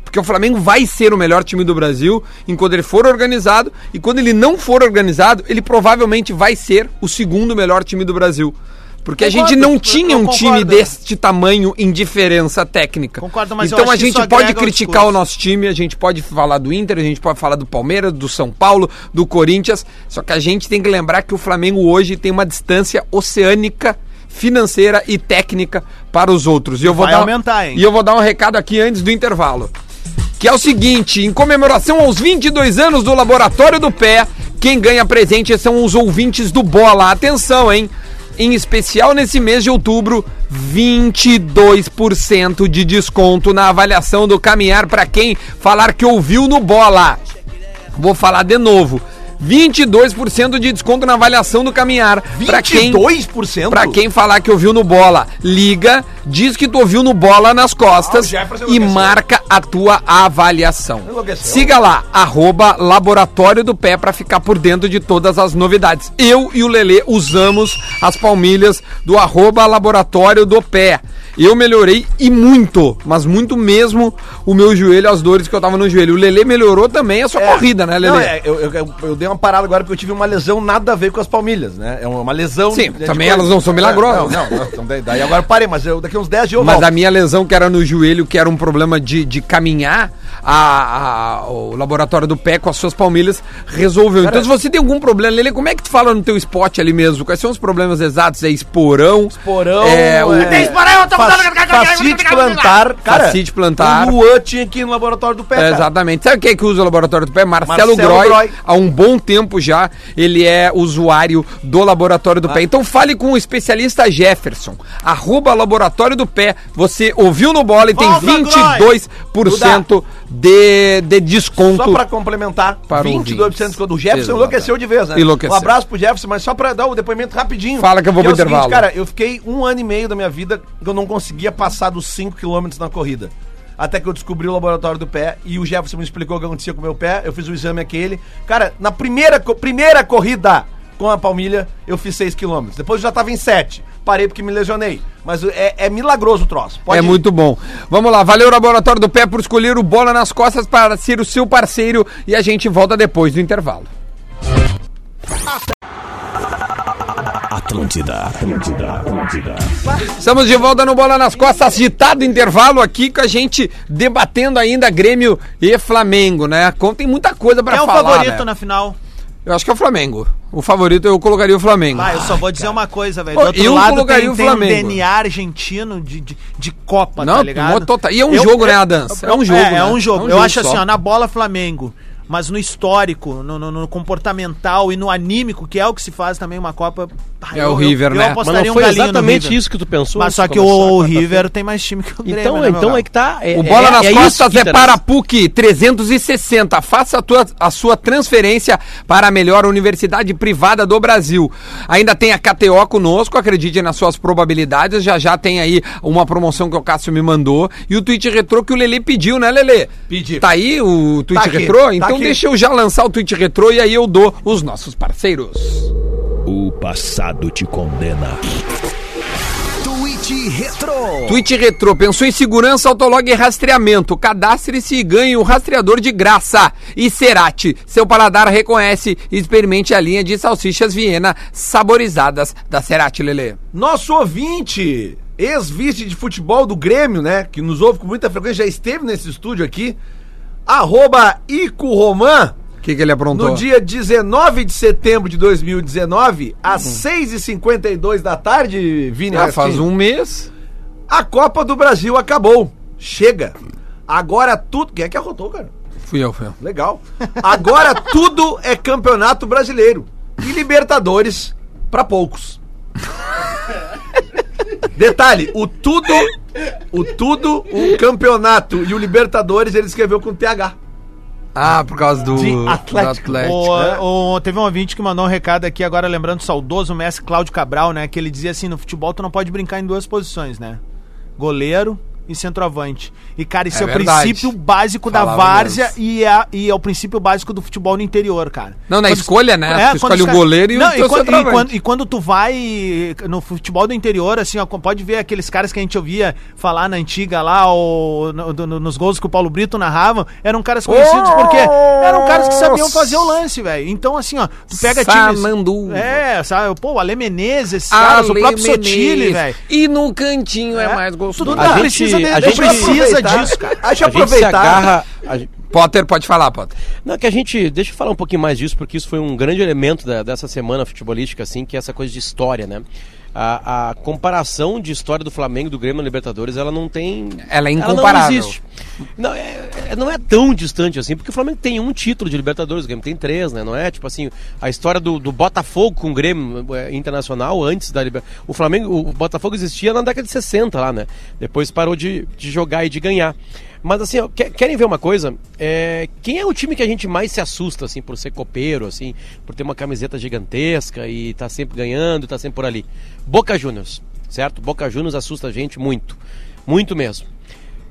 Porque o Flamengo vai ser o melhor time do Brasil enquanto ele for organizado e quando ele não for organizado, ele provavelmente vai ser o segundo melhor time do Brasil. Porque Concordo, a gente não eu- tinha eu um time concordo. deste tamanho em diferença técnica. Concordo, mas eu então acho a que isso gente agrega pode ao criticar o discurso. nosso time, a gente pode falar do Inter, a gente pode falar do Palmeiras, do São Paulo, do Corinthians. Só que a gente tem que lembrar que o Flamengo hoje tem uma distância oceânica financeira e técnica para os outros. E eu vou Vai dar aumentar, hein? E eu vou dar um recado aqui antes do intervalo. Que é o seguinte, em comemoração aos 22 anos do Laboratório do Pé, quem ganha presente são os ouvintes do Bola. Atenção, hein? Em especial nesse mês de outubro, 22% de desconto na avaliação do caminhar para quem falar que ouviu no Bola. Vou falar de novo. 22% de desconto na avaliação do caminhar para quem 22%? Pra quem falar que ouviu no Bola, liga, diz que tu ouviu no Bola nas Ah, o costas Jefferson e enlouqueceu. marca a tua avaliação. Enlouqueceu. Siga lá, arroba Laboratório do Pé pra ficar por dentro de todas as novidades. Eu e o Lelê usamos as palmilhas do arroba Laboratório do Pé. Eu melhorei e muito, mas muito mesmo o meu joelho, as dores que eu tava no joelho. O Lelê melhorou também a sua corrida, né, Lelê? Não, é, eu, eu- eu- eu dei uma parada agora porque eu tive uma lesão nada a ver com as palmilhas, né? É uma lesão. Sim, de- de também elas não são É, milagrosas. Não, não, não, então daí- daí agora eu parei, mas eu, daqui uns 10 dias eu Mas volto. a minha lesão, que era no joelho, que era um problema de, de caminhar, a, a- o laboratório do pé com as suas palmilhas resolveu. então, se você tem algum problema, Lele, como é que tu fala no teu spot ali mesmo? Quais são os problemas exatos? É esporão? Porão. É, o, fac- Facite plantar. Cara, Facite plantar. O Luan tinha que ir no laboratório do pé. É, cara. exatamente. Sabe quem é que usa o laboratório do pé? Marcelo, Marcelo Groy, Groy. Há um bom tempo já, ele é usuário do laboratório Ah. do pé. Então fale com o especialista Jefferson. Arroba laboratório do pé. Você ouviu no bola e tem Volta, 22% de, de desconto. Só pra complementar, Para 22% ouvintes. quando o Jefferson Exatamente. enlouqueceu de vez, né? Enlouqueceu. Um abraço pro Jefferson, mas só pra dar o depoimento rapidinho. Fala que eu vou é pro o seguinte, intervalo. Cara, eu fiquei um ano e meio da minha vida que eu não conseguia passar dos 5 km na corrida. Até que eu descobri o laboratório do pé e o Jefferson me explicou o que acontecia com o meu pé. Eu fiz o exame aquele. Cara, na primeira, co- primeira corrida com a palmilha, eu fiz 6 km. Depois eu já tava em 7. Parei porque me lesionei. Mas é, é milagroso o troço. é ir. muito bom. Vamos lá, valeu Laboratório do Pé por escolher o Bola nas Costas para ser o seu parceiro e a gente volta depois do intervalo. Atlântida, Atlântida, Atlântida. Estamos de volta no Bola nas Costas, agitado intervalo aqui com a gente debatendo ainda Grêmio e Flamengo, né? Com- Tem muita coisa pra Quem é o falar. favorito né? na final? Eu acho que é o Flamengo. O favorito eu colocaria o Flamengo. Ah, eu só vou dizer uma coisa, velho. Pô, Do outro eu lado colocaria tem, o tem Flamengo. um DNA argentino de, de, de Copa, Não, tá ligado? tomou total- e é um jogo, né, a dança? É um jogo, É, né? um jogo. É um eu jogo acho só. assim, ó, na bola Flamengo. Mas no histórico, no, no- no comportamental e no anímico, que é o que se faz também uma Copa. Ah, É o River, né? Mas não um foi exatamente isso que tu pensou. Mas só antes que de o começar a quarta-feira. River tem mais time que o Grêmio. Então, né, meu então galo? é que tá. é- O Bola é- nas é isso Costas que é interessa. para a PUC 360. Faça a, tua- a sua transferência para a melhor universidade privada do Brasil. Ainda tem a KTO conosco, acredite nas suas probabilidades. Já já tem aí uma promoção que o Cássio me mandou. E o tweet retrô que o Lelê pediu, né, Lelê? Pedi. Tá aí o tweet aqui, retrô? tá então aqui. deixa eu já lançar o tweet retrô e aí eu dou os nossos parceiros. O passado te condena. Tweet Retro. Tweet Retro, pensou em segurança, autolog e rastreamento. Cadastre-se e ganhe o rastreador de graça. E Cerati, seu paladar reconhece. Experimente a linha de salsichas Viena saborizadas da Cerati, Lele. Nosso ouvinte, ex-vice de futebol do Grêmio, né? Que nos ouve com muita frequência, já esteve nesse estúdio aqui. Arroba Ico Roman, O que, que ele aprontou? no dia 19 de setembro de 2019, às 6h52 da tarde, Vini Ah, Uhum. faz Rastin, um mês. a Copa do Brasil acabou. Chega. Agora tudo. Quem é que arrotou, cara? Fui eu, fui eu. Legal. Agora tudo é campeonato brasileiro. E Libertadores pra poucos. Detalhe, o tudo, o tudo, o campeonato e o Libertadores ele escreveu com TH. Ah, por causa do, De do É. Atlético. O- o- teve um ouvinte que mandou um recado aqui, agora lembrando o saudoso mestre Cláudio Cabral, né? Que ele dizia assim: no futebol tu não pode brincar em duas posições, né? Goleiro em centroavante. E, cara, isso é, o verdade. princípio básico da Falava várzea e é, e é o princípio básico do futebol no interior, cara. Não, na Quando- É, escolha, né? Tu quando escolhe os o caras- goleiro e o Não, teu quando, e, centroavante. quando, e quando tu vai no futebol do interior, assim, ó, pode ver aqueles caras que a gente ouvia falar na antiga lá, ou no- do- no- nos gols que o Paulo Brito narrava, eram caras conhecidos porque eram caras que sabiam fazer o lance, velho. Então, assim, ó, tu pega Sananduva. times... É, sabe? Pô, o Ale Menezes, esses caras, o Ale próprio Menezes. Sotile, velho. E no cantinho é, É, mais gostoso. tudo Ah, Não, precisa A gente, de- a gente, deixa eu se- precisa aproveitar. Ah, disso, cara. Deixa eu a gente se aproveitar. agarra... a gente- Potter, pode falar, Potter. Não, que a gente. Deixa eu falar um pouquinho mais disso, porque isso foi um grande elemento da- dessa semana futebolística, assim, que é essa coisa de história, né? A, a comparação de história do Flamengo e do Grêmio na Libertadores, ela não tem. Ela é incomparável. não existe. Não é, é- não é tão distante assim, porque o Flamengo tem um título de Libertadores, o Grêmio tem três, né? Não é tipo assim, a história do, do Botafogo com o Grêmio é, internacional antes da Libertadores. O Flamengo, o Botafogo existia na década de 60 lá, né? Depois parou de, de jogar e de ganhar. Mas assim, ó, que- querem ver uma coisa? É, quem é o time que a gente mais se assusta, assim, por ser copeiro, assim, por ter uma camiseta gigantesca e tá sempre ganhando, tá sempre por ali? Boca Juniors, certo? Boca Juniors assusta a gente muito. Muito mesmo.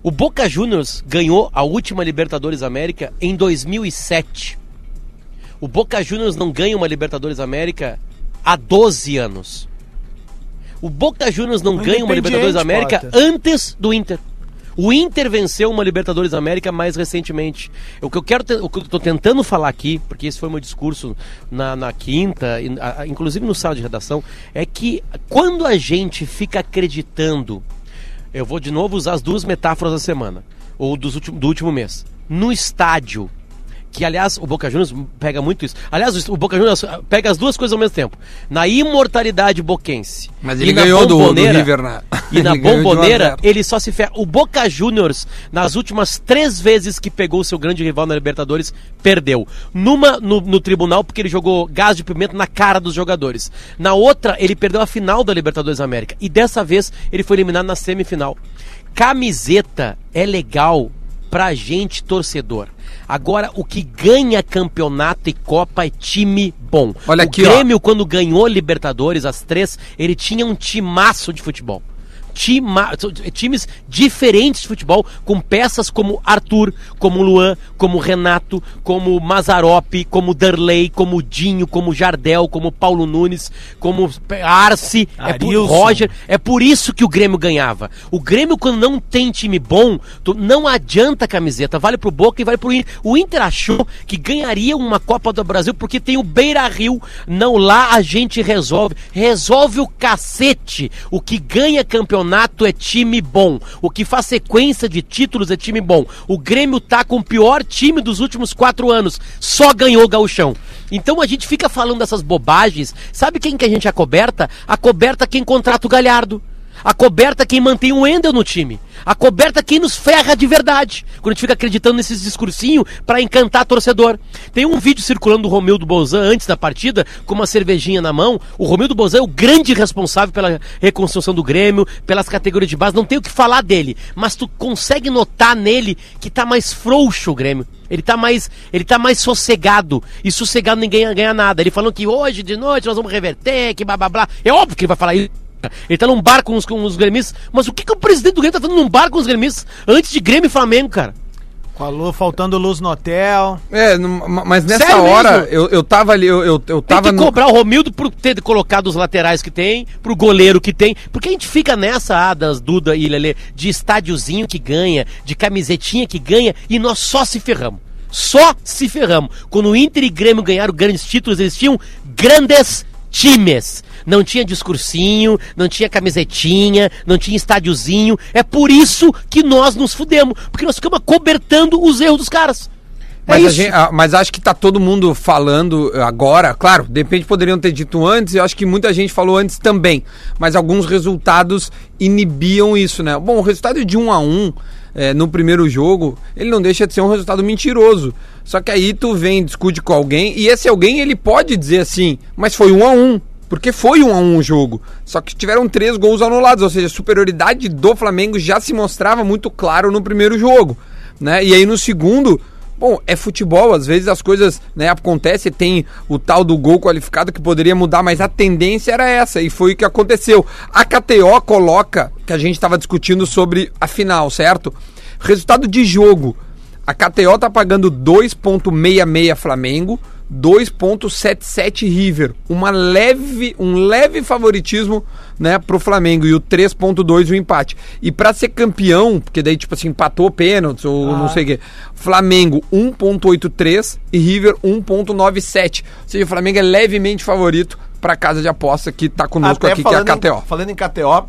O Boca Juniors ganhou a última Libertadores América em 2007. O Boca Juniors não ganha uma Libertadores América há 12 anos. O Boca Juniors não ganha uma Libertadores América Potter. antes do Inter. O Inter venceu uma Libertadores América mais recentemente. O que eu quero, te- o que eu estou tentando falar aqui, porque esse foi meu discurso na, na quinta, e- a- a- inclusive no sala de redação, é que quando a gente fica acreditando, eu vou de novo usar as duas metáforas da semana ou dos últim- do último mês, no estádio que aliás o Boca Juniors pega muito isso. Aliás, o Boca Juniors pega as duas coisas ao mesmo tempo. Na imortalidade boquense. Mas ele e na ganhou do- do Bombonera- River na- E na ele ganhou de um a bomboneira zero. ele só se ferra. O Boca Juniors, nas últimas três vezes que pegou o seu grande rival na Libertadores, perdeu. Numa no, no tribunal, porque ele jogou gás de pimenta na cara dos jogadores. Na outra, ele perdeu a final da Libertadores América. E dessa vez, ele foi eliminado na semifinal. Camiseta é legal pra gente torcedor. Agora, o que ganha campeonato e Copa é time bom. Olha o aqui, ó. Grêmio, quando ganhou Libertadores, as três, ele tinha um timaço de futebol. Tima, times diferentes de futebol, com peças como Arthur, como Luan, como Renato, como Mazarope, como Derlei, como Dinho, como Jardel, como Paulo Nunes, como Arce, é por, Arilson. Roger. É por isso que o Grêmio ganhava. O Grêmio, quando não tem time bom, tu- não adianta a camiseta. Vale pro Boca e vale pro Inter. O Inter achou que ganharia uma Copa do Brasil porque tem o Beira Rio. Não, lá a gente resolve. Resolve o cacete. O que ganha campeonato é time bom. O que faz sequência de títulos é time bom. O Grêmio tá com o pior time dos últimos quatro anos. Só ganhou o Gauchão. Então a gente fica falando dessas bobagens. Sabe quem que a gente acoberta? Acoberta quem contrata o Galhardo. Acoberta quem mantém o Endel no time. Acoberta quem nos ferra de verdade. Quando a gente fica acreditando nesses discursinhos pra encantar torcedor. Tem um vídeo circulando do Romildo Bolzan antes da partida, com uma cervejinha na mão. O Romildo Bolzan é o grande responsável pela reconstrução do Grêmio, pelas categorias de base. Não tem o que falar dele. Mas tu consegue notar nele que tá mais frouxo o Grêmio. Ele tá mais, ele tá mais sossegado. E sossegado ninguém ganha- ganha nada. Ele falou que hoje de noite nós vamos reverter, que blá blá blá. É óbvio que ele vai falar isso. Ele tá num bar com os, com os gremistas. Mas o que, que o presidente do Grêmio tá fazendo num bar com os gremistas antes de Grêmio e Flamengo, cara? Falou, faltando luz no hotel. É, num- ma- mas nessa Sério hora, mesmo? eu, eu tava ali, eu, eu, eu Tem tava que no- cobrar o Romildo por ter colocado os laterais que tem, pro goleiro que tem. Porque a gente fica nessa, ah, das Duda e Lelê, de estádiozinho que ganha, de camisetinha que ganha, e nós só se ferramos. Só se ferramos. Quando o Inter e Grêmio ganharam grandes títulos, eles tinham grandes times. Não tinha discursinho, não tinha camisetinha, não tinha estádiozinho. É por isso que nós nos fudemos, porque nós ficamos cobertando os erros dos caras. É Mas, a isso. gente- ah, mas acho que tá todo mundo falando eh, agora, claro, de repente poderiam ter dito antes, eu acho que muita gente falou antes também, mas alguns resultados inibiam isso, né? Bom, o resultado de 1 a 1 eh, no primeiro jogo, ele não deixa de ser um resultado mentiroso. Só que aí tu vem, discute com alguém, e esse alguém ele pode dizer assim, mas foi 1 a 1 porque foi 1 a 1 o jogo. Só que tiveram três gols anulados, ou seja, a superioridade do Flamengo já se mostrava muito claro no primeiro jogo, né? E aí no segundo, Bom, é futebol, às vezes as coisas né, acontecem, tem o tal do gol qualificado que poderia mudar, mas a tendência era essa e foi o que aconteceu. A KTO coloca, que a gente estava discutindo sobre a final, certo? Resultado de jogo. A KTO tá pagando 2.66 Flamengo, 2.77 River. Uma leve, um leve favoritismo, né, pro Flamengo e o 3.2 o empate. E pra ser campeão, porque daí tipo assim empatou pênaltis ou não sei o quê. Flamengo 1.83 e River 1.97. Ou seja, o Flamengo é levemente favorito pra casa de aposta que tá conosco aqui que é a falando KTO. Em, falando em KTO,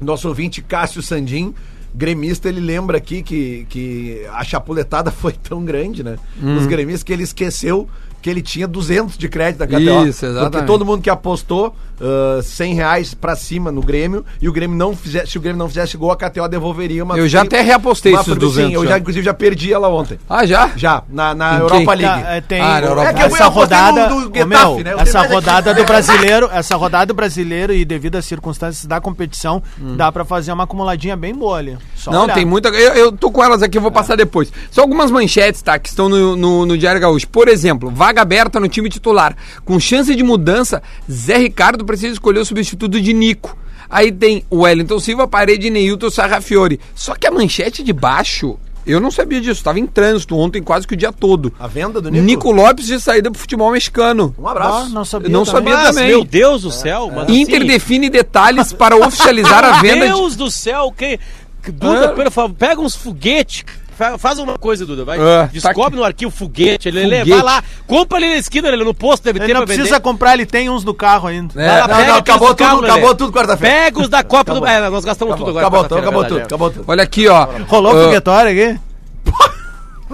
nosso ouvinte Cássio Sandim, gremista, ele lembra aqui que, que a chapuletada foi tão grande, né? Hum. Os gremistas que ele esqueceu que ele tinha 200 de crédito da KTO. Isso, exatamente. Porque todo mundo que apostou ah, 100 reais pra cima no Grêmio e o Grêmio não fizesse, se o Grêmio não fizesse gol, a KTO devolveria uma... Eu já até reapostei uma esses formi- 200 Sim, eu já. já, inclusive, já perdi ela ontem. Ah, já? Já, na, na Em Europa quem? League. Tá, é, tem, Ah, na Europa. é que eu apostei essa no rodada, do ô, Getafe, meu, né? Eu tenho essa mais aqui. rodada do brasileiro, essa rodada do brasileiro e devido às circunstâncias da competição, dá pra fazer uma acumuladinha bem boa ali. Só Não, Tá. olhar. tem muita. Eu, eu tô com elas aqui, É. eu vou passar depois. Só algumas manchetes, tá? Que estão no, no, no Diário Gaúcho. Por exemplo, vaga aberta no time titular. Com chance de mudança, Zé Ricardo precisa escolher o substituto de Nico. Aí tem o Wellington Silva, parede e Neilton Sarrafiori. Só que a manchete de baixo, eu não sabia disso. Tava em trânsito ontem, quase que o dia todo. A venda do Nico, Lopes de saída pro futebol mexicano. Um abraço. Ah, não sabia. Não também. sabia. Mas, também. É, meu Deus do céu, mas assim, Inter define detalhes para oficializar a venda de. Deus do céu, que, que- Duda, Ah. pelo favor, pega uns foguetes. fa- Faz uma coisa, Duda, vai. Ah, tá Descobre aqui. no arquivo foguete, ele Foguete. vai lá, compra ali na esquina, ele no posto deve Ele ter não pra precisa vender. comprar, ele tem uns do carro ainda. É. Vai lá, Não, pega não, aqueles acabou do tudo, carro, Lelê. acabou tudo quarta-feira. Pega os da Copa do. É, nós tá gastamos tudo agora. Tá Acabou, acabou, quarta-feira, acabou é tudo, verdade, acabou tudo. Olha aqui, ó. Rolou Ah, o foguetório aqui? é.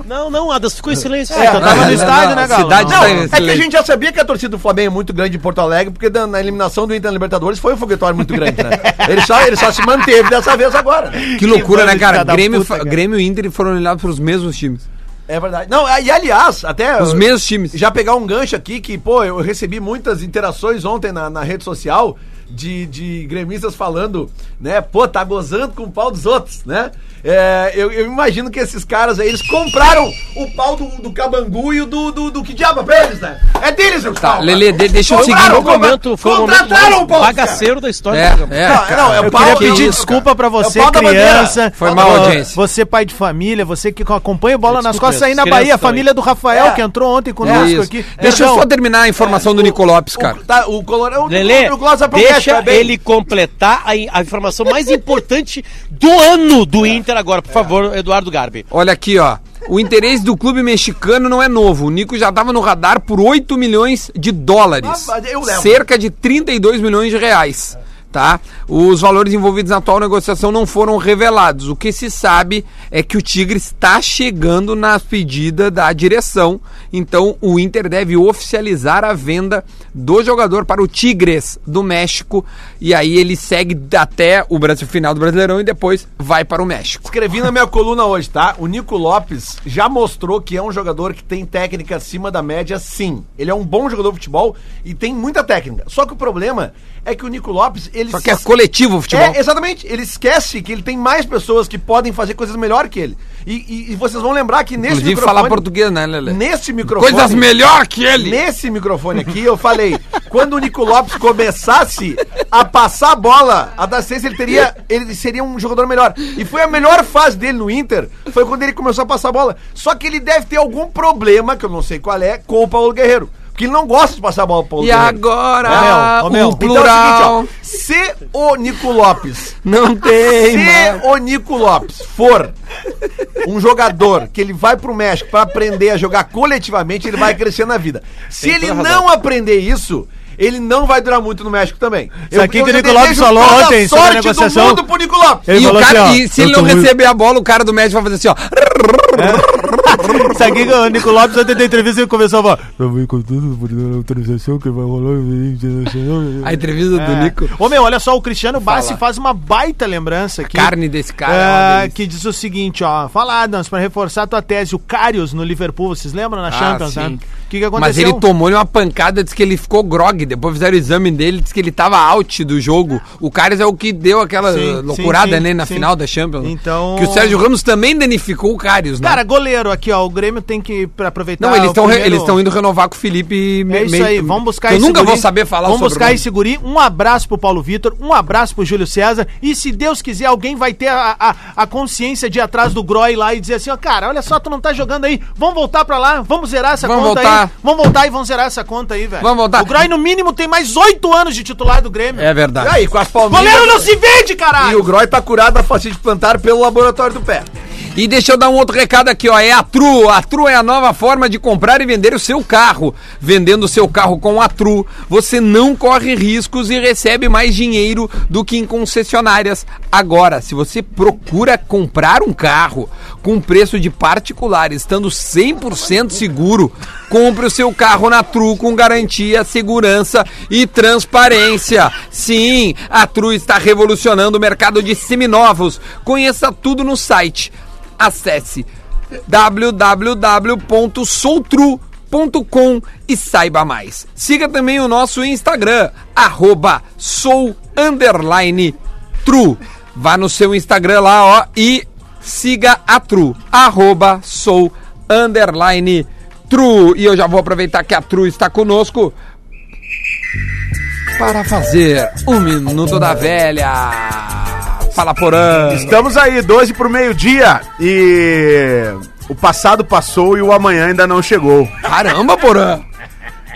Não, não, Adas, ficou em silêncio. tá. É, então tava não, no estádio, não, né, Galo? cidade Não, tá é que a excelente. gente já sabia que a torcida do Flamengo é muito grande em Porto Alegre, porque da- na eliminação do Inter na Libertadores foi um foguetório muito grande, né? Ele só, ele só se manteve dessa vez agora. né? Que loucura, bando né, de cara? filha da Grêmio, puta, fa- cara. Grêmio e Inter foram olhados pelos mesmos times. É verdade. Não, e aliás, até. Os mesmos times. É, Já pegar um gancho aqui que, pô, eu recebi muitas interações ontem na, na rede social de, de gremistas falando, né? Pô, tá gozando com o pau dos outros, né? É, eu, eu imagino que esses caras aí, eles compraram o pau do, do Cabangu e o do, do, do que diabo é pra eles, né? É deles, eu Tá, Lelê, de- deixa eu seguir. Compraram, Foi o momento, um foi o momento é? Contrataram o mais pau dos bagaceiro da história. É, do programa. é. Não, cara. não, é o Eu pau queria da- pedir isso, desculpa cara. pra você, É o pau da criança. bandeira. Foi Ah, mal, ah, audiência. Você, pai de família, você que acompanha bola nas Desculpa, costas aí na crianças Bahia, a também. família do Rafael, É. que entrou ontem É conosco isso. aqui. Deixa eu Perdão. só terminar a informação do Nico Lopes, cara. O, tá, o Colorado. Lelê, o, o Glossa promete, deixa vai bem. ele completar a, in- a informação mais importante do ano do Inter agora, por favor, Eduardo Garbi. Olha aqui, ó. O interesse do clube mexicano não é novo. O Nico já estava no radar por 8 milhões de dólares. Ah, mas eu levo. cerca de 32 milhões de reais. Tá? Os valores envolvidos na atual negociação não foram revelados. O que se sabe é que o Tigre está chegando na pedida da direção. Então o Inter deve oficializar a venda do jogador para o Tigres do México. E aí ele segue até o Brasil final do Brasileirão e depois vai para o México. Escrevi na minha coluna hoje, tá? O Nico Lopes já mostrou que é um jogador que tem técnica acima da média, sim. Ele é um bom jogador de futebol e tem muita técnica. Só que o problema é que o Nico Lopes, ele Só se que é coletivo o futebol. É, exatamente. Ele esquece que ele tem mais pessoas que podem fazer coisas melhor que ele. E, e- e vocês vão lembrar que nesse Inclusive falar português, né, Lelê? Nesse microfone. Coisas melhor que ele. Nesse microfone aqui, eu falei, quando o Nico Lopes começasse a passar a bola, a dar ciência, ele teria. Ele seria um jogador melhor. E foi a melhor fase dele no Inter, foi quando ele começou a passar a bola. Só que ele deve ter algum problema, que eu não sei qual é, com o Paulo Guerreiro. Porque ele não gosta de passar a bola pro Paulo E Guerreiro. agora, Ô, meu, ô, o meu, Então é plural o seguinte, ó, se o Nico Lopes não tem, mano. se o Nico Lopes for um jogador que ele vai pro México pra aprender a jogar coletivamente, ele vai crescer na vida. Se ele não aprender isso, ele não vai durar muito no México também. Isso aqui que o Nico Lopes desejo falou toda a ontem sobre a sorte negociação. do mundo pro Nico Lopes. Ele E, o falou cara, assim, ó, e se eu ele não tô muito- receber a bola, o cara do médico vai fazer assim, ó. Isso aqui que o Nico Lopes ontem da entrevista ele começou a falar. Eu vim com tudo por uma autorização que vai rolar. eu vim, autorização. A entrevista do Nico. É. Ô meu, olha só, o Cristiano Bassi Fala. faz uma baita lembrança aqui. Carne desse cara. é uma Ah, delícia. que diz o seguinte, ó. Fala, Adams, pra reforçar a tua tese, o Carius no Liverpool, vocês lembram na Ah, Champions, sim. né? O que, que aconteceu? Mas ele tomou uma pancada, disse que ele ficou grog. Depois fizeram o exame dele, disse que ele tava out do jogo. O Caras é o que deu aquela Sim, loucurada, sim, sim, né, na sim. final da Champions. Então- Que o Sérgio Ramos também danificou o Caras, né? Cara, goleiro aqui, aqui, ó. O Grêmio tem que pra aproveitar. Não, eles Tá, o estão primeiro- eles estão indo renovar com o Felipe. É isso aí, vamos buscar Eu nunca guri. vou saber falar Vamos sobre o buscar nome. esse guri. Um abraço pro Paulo Vitor, um abraço pro Júlio César. E se Deus quiser, alguém vai ter a, a, a consciência de ir atrás do Groy lá e dizer assim: ó, cara, olha só, tu não tá jogando aí. Vamos voltar pra lá, vamos zerar essa Vamos conta aí. voltar. Vamos voltar e vamos zerar essa conta aí, velho. Vamos voltar. O Groy, no mínimo, tem mais oito anos de titular do Grêmio. É verdade. Aí, com as palminhas. Goleiro não se vende, caralho! E o Groy tá curado da fascite plantar pelo laboratório do pé. E deixa eu dar um outro recado aqui, ó. É a Tru. A Tru é a nova forma de comprar e vender o seu carro. Vendendo o seu carro com a Tru, você não corre riscos e recebe mais dinheiro do que em concessionárias. Agora, se você procura comprar um carro com preço de particular, estando 100% seguro, compre o seu carro na Tru com garantia, segurança e transparência. Sim, a Tru está revolucionando o mercado de seminovos. Conheça tudo no site acesse www.soutru.com e saiba mais. Siga também o nosso Instagram, arroba sou underline true. Vá no seu Instagram lá, ó, e siga a Tru, arroba sou underline true. E eu já vou aproveitar que a Tru está conosco para fazer o Minuto da Velha. Fala, Porã. Estamos aí, 12 pro meio-dia e o passado passou e o amanhã ainda não chegou. Caramba, Porã.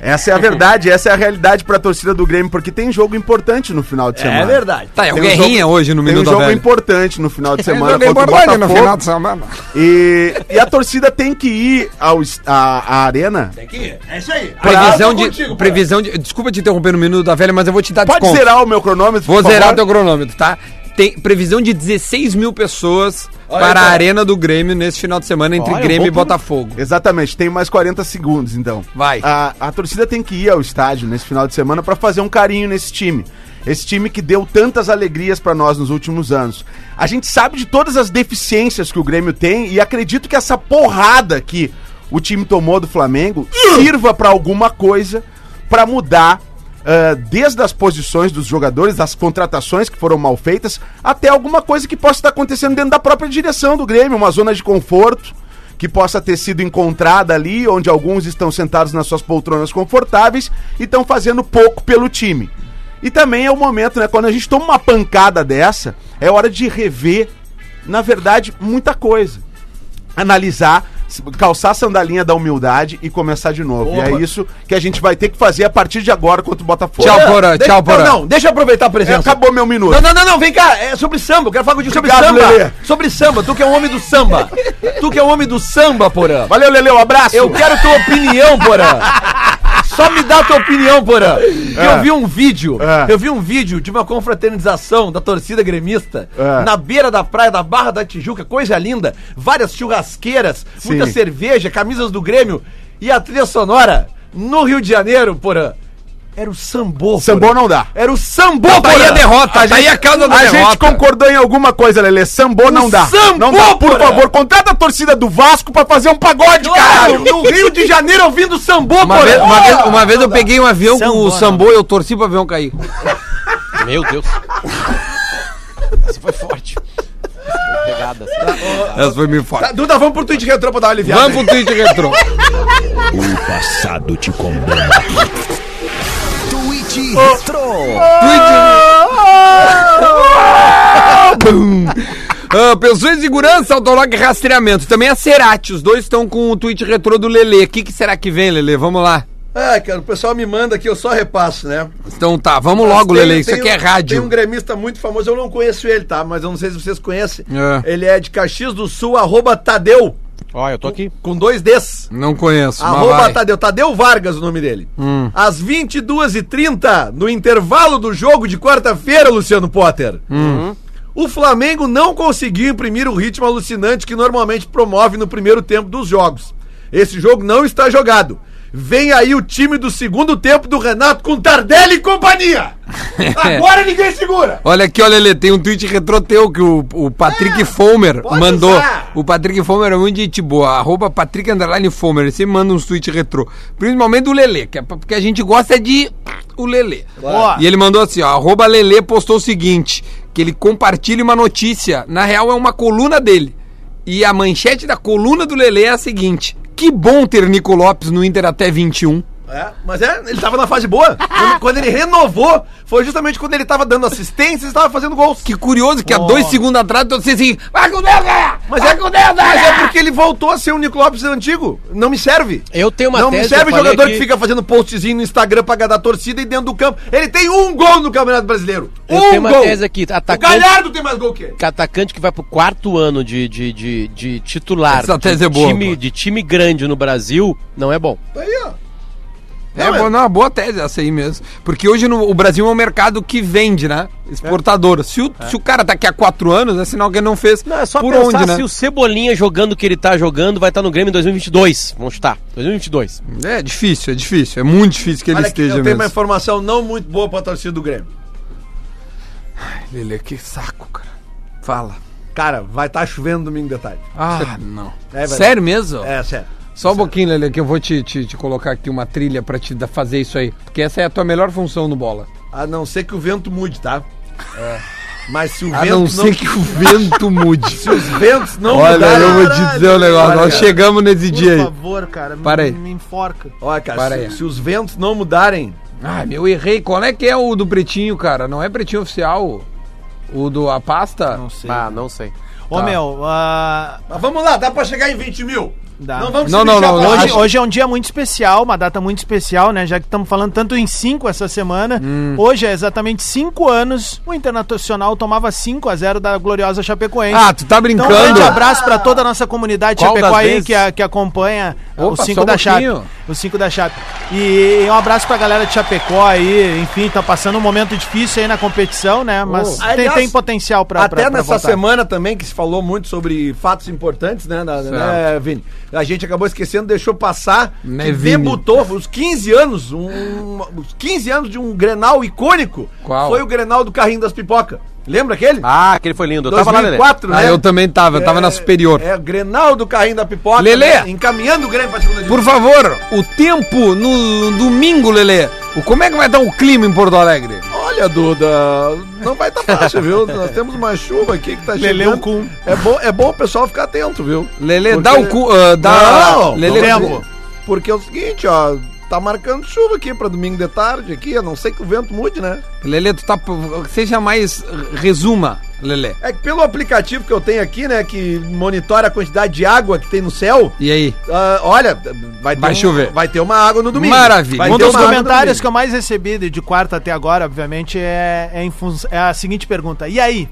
Essa é a verdade, essa é a realidade pra torcida do Grêmio, porque tem jogo importante no final de semana. verdade. Tá, é o Tem um Guerrinha jogo- hoje no Tem um Minuto da jogo Velha. importante no final de semana Joguei contra o Borbolha Botafogo. no final de semana. E, e a torcida tem que ir ao, est- à, à arena. É isso aí. Previsão Prazo de, contigo, previsão de. Desculpa te interromper no Minuto da Velha, mas eu vou te dar Pode desconto. zerar o meu cronômetro, Vou por zerar favor? teu cronômetro, tá? Tem previsão de 16 mil pessoas Olha para a aí, cara. Arena do Grêmio nesse final de semana entre Olha, Grêmio e bom pro- Botafogo. Exatamente, tem um mais 40 segundos, então. Vai. A, a torcida tem que ir ao estádio nesse final de semana pra fazer um carinho nesse time. Esse time que deu tantas alegrias pra nós nos últimos anos. A gente sabe de todas as deficiências que o Grêmio tem e acredito que essa porrada que o time tomou do Flamengo sirva pra alguma coisa pra mudar ah, desde as posições dos jogadores, das contratações que foram mal feitas, até alguma coisa que possa estar acontecendo dentro da própria direção do Grêmio, uma zona de conforto que possa ter sido encontrada ali, onde alguns estão sentados nas suas poltronas confortáveis e estão fazendo pouco pelo time. E também é o momento, né? Quando a gente toma uma pancada dessa, é hora de rever, na verdade, muita coisa. Analisar, s- calçar a sandalinha da humildade e começar de novo. E é isso que a gente vai ter que fazer a partir de agora contra o Botafogo. Tchau, É, Porã. Deixa- Tchau, Porã. Não, não, deixa eu aproveitar a é, presença. acabou meu minuto. Não, não, não, não, vem cá, é sobre samba, eu quero falar contigo sobre Obrigado, samba. Lelê. Sobre samba, tu que é um homem do samba. tu que é um homem do samba, Porã. Valeu, Lele, um abraço. Eu quero tua opinião, Porã. Só me dá tua opinião, Porã. Que Eu vi um vídeo, É. eu vi um vídeo de uma confraternização da torcida gremista É. na beira da praia da Barra da Tijuca, coisa linda, várias churrasqueiras, muita Sim. cerveja, camisas do Grêmio e a trilha sonora no Rio de Janeiro, Porã. Era o sambô. Sambô Porã. não dá. Era o sambô, Tá aí a Porã. derrota, A tá aí a causa da a derrota. gente concordou em alguma coisa, Lelê. Sambô não dá. sambô, não dá, por porra. favor. Contrata a torcida do Vasco pra fazer um pagode, Claro, caralho. no Rio de Janeiro ouvindo sambô, Uma Porã. vez, uma vez- uma vez eu peguei um avião com Sambô, o Sambô e eu torci pro avião cair. Meu Deus. Essa foi forte. Pegada. assim. Essa foi meio Ah, forte. Duda, vamos pro tweet retrô pra dar uma aliviada. Vamos pro Twitch Retro. O passado te condena. Ah, pessoas de segurança, autolog e rastreamento. Também a Cerati. Os dois estão com o tweet retrô do Lelê. O que, que será que vem, Lelê? Vamos lá. Ah, cara, o pessoal me manda aqui, eu só repasso, né? Então tá, vamos logo, Tem- Lelê. Isso tem aqui um- é Tem um rádio. gremista muito famoso, eu não conheço ele, tá? Mas eu não sei se vocês conhecem. É. Ele é de Caxias do Sul, arroba Tadeu, Ó, eu tô aqui. com dois Ds. Não conheço. mas Arroba vai. Hum. Tadeu, Tadeu Vargas o nome dele. Às 22h30, no intervalo do jogo de quarta-feira, Luciano Potter. Hum. O Flamengo não conseguiu imprimir o ritmo alucinante que normalmente promove no primeiro tempo dos jogos. Esse jogo não está jogado. Vem aí o time do segundo tempo do Renato com Tardelli e companhia. Agora ninguém segura. Olha aqui, olha, Lelê, tem um tweet retrô teu que o, o Patrick Fomer É, pode mandou. usar. O Patrick Fomer é muito gente boa. Arroba Patrick Underline Fomer. Ele sempre manda uns tweets retrô. Principalmente do Lelê, que é pra- porque a gente gosta de o Lelê. Boa. E ele mandou assim, ó. Arroba Lelê postou o seguinte, que ele compartilha uma notícia. Na real, é uma coluna dele. E a manchete da coluna do Lelê é a seguinte: que bom ter Nico Lopes no Inter até 21. É, mas é, ele tava na fase boa. Quando- quando ele renovou, foi justamente quando ele tava dando assistência e tava fazendo gols. Que curioso que há dois segundos atrás eu disse assim: vai com Deus, cara! Mas vai é, com Deus, cara! mas é porque ele voltou a ser o Nico Lopes antigo. Não me serve. Eu tenho uma não tese, me serve eu falei jogador que... que fica fazendo postzinho no Instagram pra agradar a torcida e dentro do campo. Ele tem um gol no Campeonato Brasileiro. Eu um tenho uma gol. tese aqui, O atacante, Galhardo tem mais gol que ele. que atacante que vai pro quarto ano de, de, de, de titular Essa de, tese é boa, time, pô. de time grande no Brasil, não é bom. Tá aí, ó. É, boa, não, boa tese essa aí mesmo. Porque hoje no, o Brasil é um mercado que vende, né? Exportador. Se, o, se o cara tá aqui há quatro anos, é sinal que ele não fez Não, é só por pensar onde, né? se o Cebolinha jogando o que ele tá jogando vai estar no Grêmio em 2022. Vamos estar. 2022. É difícil, é difícil. É muito difícil que ele Olha aqui, esteja eu tenho mesmo. uma informação não muito boa pra torcida do Grêmio. Lelê, que saco, cara. Fala. Cara, vai estar chovendo domingo de tarde. Ah, não. É, vai- Sério mesmo? É, sério. Só um pouquinho, Lelê, que eu vou te, te, te colocar aqui uma trilha pra te dar- fazer isso aí. Porque essa é a tua melhor função no bola. A não ser que o vento mude, tá? Mas se o A vento não ser que o vento mude. Se os ventos não Olha, mudarem- eu vou te dizer um negócio. Olha, Nós cara. chegamos nesse dia aí. favor, cara, me, Para aí. me enforca. Olha, cara, Para se, aí. se os ventos não mudarem, Ah, meu, errei. Qual é que é o do pretinho, cara? Não é pretinho oficial? O do a pasta? Não sei. Ah, não sei. Ô, Tá. meu, ah, Mas vamos lá, dá pra chegar em 20 mil. Dá. vamos Não, se não, deixar não, pra- Hoje, acho- hoje é um dia muito especial, uma data muito especial, né? Já que estamos falando tanto em cinco essa semana. Hum. Hoje é exatamente cinco anos. O Internacional tomava 5 a 0 da gloriosa Chapecoense. Ah, tu tá então, brincando? um grande abraço para toda a nossa comunidade Qual das Chapecoense vezes? que, a- que acompanha ah, Opa, os só cinco um da Chape. pouquinho. Os cinco da Chape. E, e um abraço pra galera de Chapecó aí, enfim, tá passando um momento difícil aí na competição, né? Mas Oh. tem, Aliás, tem potencial pra Até pra- pra nessa voltar. semana também, que se falou muito sobre fatos importantes, né, da- né, Vini? A gente acabou esquecendo, deixou passar. Né, que Vini? debutou os 15 anos, um, os 15 anos de um Grenal icônico. Qual? Foi o Grenal do Carrinho das Pipoca. Lembra aquele? Ah, aquele foi lindo. Eu tava lá, Lelê. 2004, Ah, eu também tava, eu tava na superior. né? É, Grenal do Carrinho da Pipoca. Lelê! né, Encaminhando o Grêmio pra segunda divisão. Por favor, o tempo no domingo, Lelê. O- Como é que vai dar o clima em Porto Alegre? Olha, Duda, não vai estar fácil, viu? Nós temos uma chuva aqui que tá Lelê chegando. o cum. É bom, é bom o pessoal ficar atento, viu? um Lelê, Porque- dá o cu. ah, dá... Não, Lelê, não lembro. Porque é o seguinte, ó, tá marcando chuva aqui pra domingo de tarde aqui, a não ser que o vento mude, né? Lelê, tu tá. Seja mais. Resuma, Lelê. É que pelo aplicativo que eu tenho aqui, né, que monitora a quantidade de água que tem no céu, E aí? ah, olha, vai ter Vai um- chover. vai ter uma água no domingo. Maravilha. Vai Um ter dos uma água no comentários domingo. que eu mais recebi de- de quarta até agora, obviamente, é, é em fun- é a seguinte pergunta. E aí,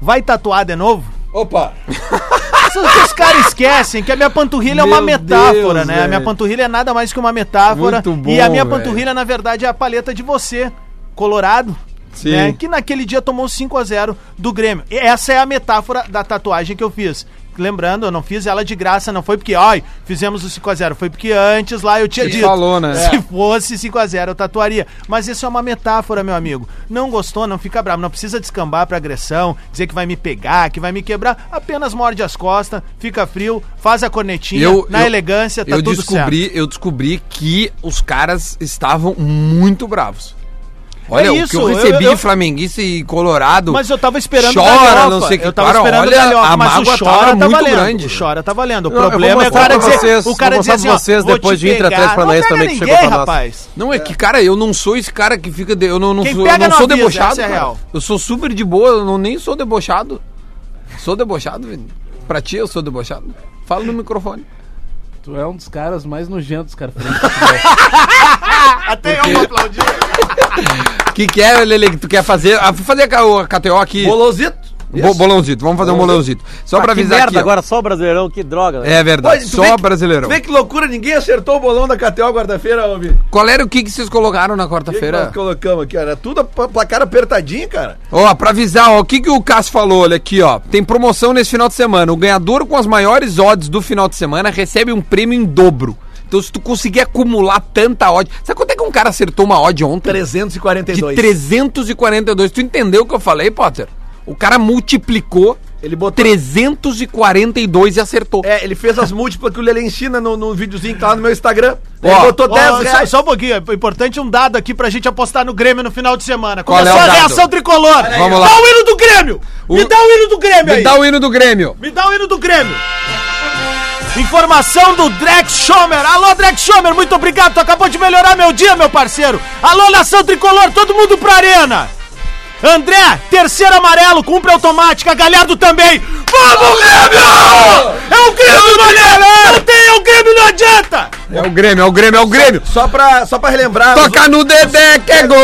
vai tatuar de novo? Opa. Isso que os caras esquecem que a minha panturrilha é uma Meu metáfora, Deus, né? A velho. minha panturrilha é nada mais que uma metáfora. Muito bom, e a minha velho. panturrilha, na verdade, é a paleta de você, colorado. Sim. né, Que naquele dia tomou 5 a 0 do Grêmio. E essa é a metáfora da tatuagem que eu fiz. Lembrando, eu não fiz ela de graça, não foi porque, ai, fizemos o 5 a 0 foi porque antes lá eu tinha Te dito. falou, né? Se fosse 5 a 0 eu tatuaria. Mas isso é uma metáfora, meu amigo. Não gostou, não fica bravo, não precisa descambar pra agressão, dizer que vai me pegar, que vai me quebrar. Apenas morde as costas, fica frio, faz a cornetinha, Eu- na eu- elegância, tá eu tudo certo. descobri, eu descobri que os caras estavam muito bravos. Olha, o que É isso, eu eu- recebi eu- de flamenguista e colorado. Mas eu tava esperando Chora, galhofa. não sei o que. Eu tava Cara, esperando olha, a mas o mágoa chora tava tá muito valendo. grande. O chora tá valendo. O Não, eu vou problema é o mostrar cara pra dizer, vocês, o cara vou dizer assim, mostrar pra vocês ó, vou depois te de ir atrás pegar. pra Não é nós pega também, que ninguém, chegou pra nós. rapaz. Não, é que, cara, eu não sou esse cara que fica. de- eu não, não Quem sou, eu pega não não sou avisa, debochado. essa é a cara. real. Eu sou super de boa, eu não, nem sou debochado. Sou debochado, Vini. Pra ti eu sou debochado. Fala no microfone. Tu é um dos caras mais nojentos, cara. Até eu vou então aplaudir. O que, que é, Lele, que tu quer fazer? Ah, vou fazer a ca- o KTO aqui. Bolosito. Bo- bolãozito, vamos fazer um bolãozito. Só pra Ah, que avisar merda, aqui. ó. agora só o Brasileirão, que droga. né? velho. É verdade, Olha, tu só vê que- brasileirão. Vê que loucura, ninguém acertou o bolão da KTO quarta-feira, ô Vini. Qual era o que, que vocês colocaram na O que que quarta-feira? nós colocamos aqui, ó? Era tudo a pla- placar apertadinho, cara. Ó, pra avisar, ó, o que, que o Cássio falou, olha aqui, ó. Tem promoção nesse final de semana. O ganhador com as maiores odds do final de semana recebe um prêmio em dobro. Então, se tu conseguir acumular tanta odd. Sabe quanto é que um cara acertou uma odd ontem? 342. De 342. Tu entendeu o que eu falei, Potter? O cara multiplicou Ele botou. 342 e acertou. É, ele fez as múltiplas que o Lele ensina no, no videozinho que tá lá no meu Instagram. Ele botou 10 Ó, só, reais. só um pouquinho, é importante um dado aqui pra gente apostar no Grêmio no final de semana. Qual é Começou o a dado? reação tricolor. Vamos Dá lá. o hino do Grêmio! Me O- dá o hino do Grêmio Me aí! dá o hino do Grêmio. Me dá o hino do Grêmio! Informação do Drex Schomer. Alô, Drex Schomer, muito obrigado. Tu acabou de melhorar meu dia, meu parceiro. Alô, nação tricolor, todo mundo pra arena. André, terceiro amarelo, cumpre automática. Galhardo também. Vamos, Grêmio! É o Grêmio, não adianta! Não tem, é o Grêmio, não adianta! É o Grêmio, é o Grêmio, é o Grêmio. Só pra, só pra relembrar. os- Toca no Dedé que é gol.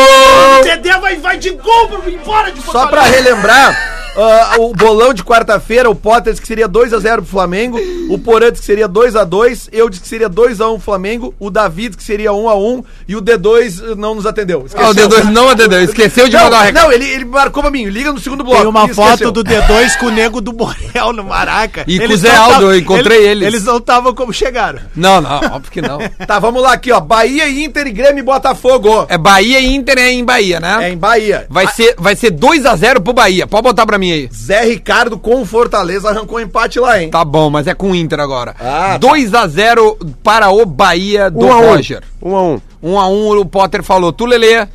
Dedé vai, vai de gol pra vir embora de Porto Só pra Alegre. relembrar, ah, o bolão de quarta-feira, o Potter disse que seria 2x0 pro Flamengo, o Porã disse que seria 2x2, eu disse que seria 2x1 pro Flamengo, o David que seria 1x1 e o D2 não nos atendeu. Ah, o D2 não é D2, esqueceu de mandar o Não, recado. não ele, ele marcou pra mim, liga no segundo bloco. Tem uma e foto esqueceu. do D2 com o nego do Borel no Maraca. é E com Eles o Zé não Aldo, tavam- eu encontrei ele- eles. Eles não estavam como chegaram. Não, não, óbvio que não. Tá, vamos lá aqui, ó. Bahia, Inter e Grêmio e Botafogo. É Bahia e Inter é em Bahia, É, né? em Bahia. Vai ser, vai ser 2x0 pro Bahia. Pode botar pra mim aí. Zé Ricardo com o Fortaleza arrancou um empate lá, hein? Tá bom, mas é com o Inter agora. Ah, tá. 2x0 para o Bahia do Um a um. Roger. Um a um. 1x1 o Potter falou. Tu, Lelê.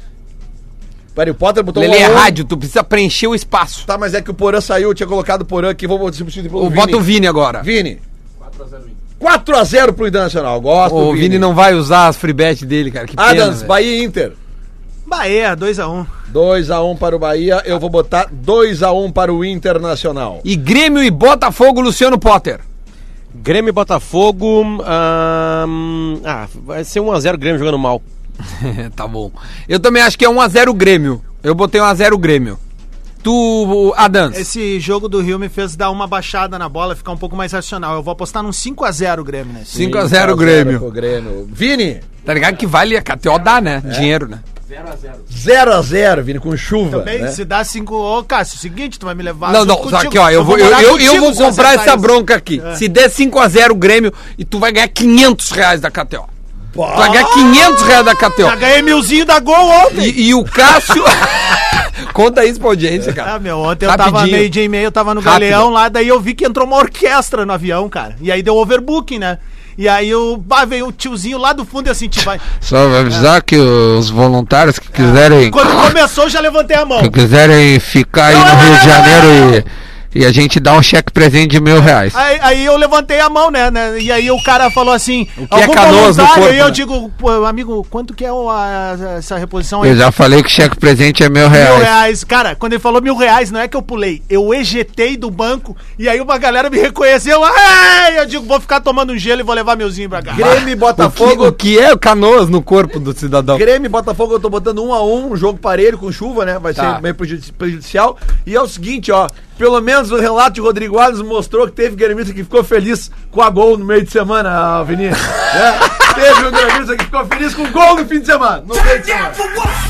Peraí, o Potter botou Lelê é 1x1. rádio, tu precisa preencher o espaço. Tá, mas é que o Porã saiu, eu tinha colocado o Porã aqui, vou substituir pelo O Bota o Vini agora. Vini. 4x0 pro Internacional. Gosto. O Vini não vai usar as free bet dele, cara. Que pena, Adams, velho. Ah, Bahia e Inter. Bahia, 2x1. 2x1 para o Bahia. Eu vou botar 2x1 para o Internacional. E Grêmio e Botafogo, Luciano Potter. Grêmio e Botafogo. ahn, ah, vai ser 1x0 Grêmio jogando mal. tá bom. Eu também acho que é 1x0 Grêmio. Eu botei 1x0 Grêmio. Tu, Adams. Esse jogo do Rio me fez dar uma baixada na bola, ficar um pouco mais racional. Eu vou apostar num 5x0 Grêmio, né? 5x0 pro Grêmio. Grêmio. Vini, Tá ligado que vale a KTO dá, né? Dinheiro, né? 0x0, Vini, com chuva. Também, né? se dá 5. Ô, Cássio, seguinte, tu vai me levar. Não, junto não, só contigo. aqui, ó. Eu vou, eu, morar eu, eu contigo vou pra comprar acertar essa isso. bronca aqui. Se der 5x0 Grêmio, e tu vai ganhar 500 reais da KTO. Tu vai ganhar 500 reais da Ah! Já KTO. ganhei milzinho da gol ontem. E, e o Cássio. Conta isso pra audiência, cara. Ah, meu, ontem eu tava Rapidinho. meio dia e meio, eu tava no Rápido. galeão lá, daí eu vi que entrou uma orquestra no avião, cara. E aí deu overbooking, né? E aí eu, bah, veio o tiozinho lá do fundo e assim, tipo, vai. Só pra avisar que os voluntários que quiserem, Quando começou, eu já levantei a mão. que quiserem ficar aí no Rio de Janeiro e, e a gente dá um cheque presente de mil reais. Aí, aí eu levantei a mão, né, né? E aí o cara falou assim, O que é canoso no corpo, e eu né? digo, "Pô, amigo, quanto que é o- a- essa reposição aí? Eu já falei que cheque presente é mil Mil reais. reais. Cara, quando ele falou mil reais, não é que eu pulei. Eu ejetei do banco e aí uma galera me reconheceu. Ai, eu digo, vou ficar tomando um gelo e vou levar meuzinho pra cá. Grêmio e Ah, O que, Botafogo. o que é o canoas no corpo do cidadão? Grêmio e Botafogo, eu tô botando 1x1, um, jogo parelho com chuva, né? Vai Tá. ser meio prejudici- prejudicial. E é o seguinte, ó. Pelo menos o relato de Rodrigo Alves mostrou que teve gremista que ficou feliz com a gol no meio de semana, Vini. É, teve um gremista que ficou feliz com gol no fim de semana. No meio de semana.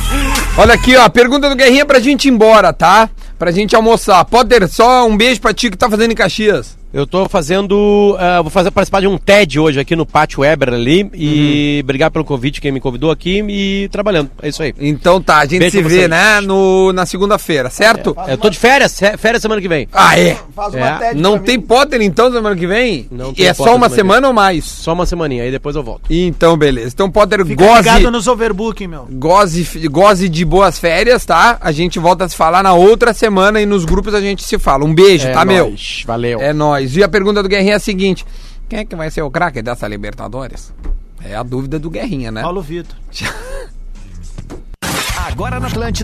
Olha aqui, ó, pergunta do Guerrinha pra gente ir embora, tá? Pra gente almoçar. Potter, só um beijo pra ti que tá fazendo em Caxias. Eu tô fazendo. ah, vou fazer participar de um TED hoje aqui no Pátio Weber ali. E Uhum. obrigado pelo convite, quem me convidou aqui e trabalhando. É isso aí. Então tá, a gente Beijo se pra vê, vocês. né, no, na segunda-feira, É, certo? Eu É, tô de férias, sé- férias semana que vem. Ah, é. Faz É, TED Não pra mim. tem Potter então semana que vem? Não e tem é só Potter semana uma que vem. semana ou mais? Só uma semaninha, aí depois eu volto. Então, beleza. Então, Potter, Fica goze, ligado nos overbooking, meu. goze, goze de boas férias, tá? A gente volta a se falar na outra semana e nos grupos a gente se fala. Um beijo, tá, meu? É nóis, Valeu. É nóis. E a pergunta do Guerrinha é a seguinte: quem é que vai ser o craque dessa Libertadores? É a dúvida do Guerrinha, né? Paulo Vitor. Agora na Atlântida.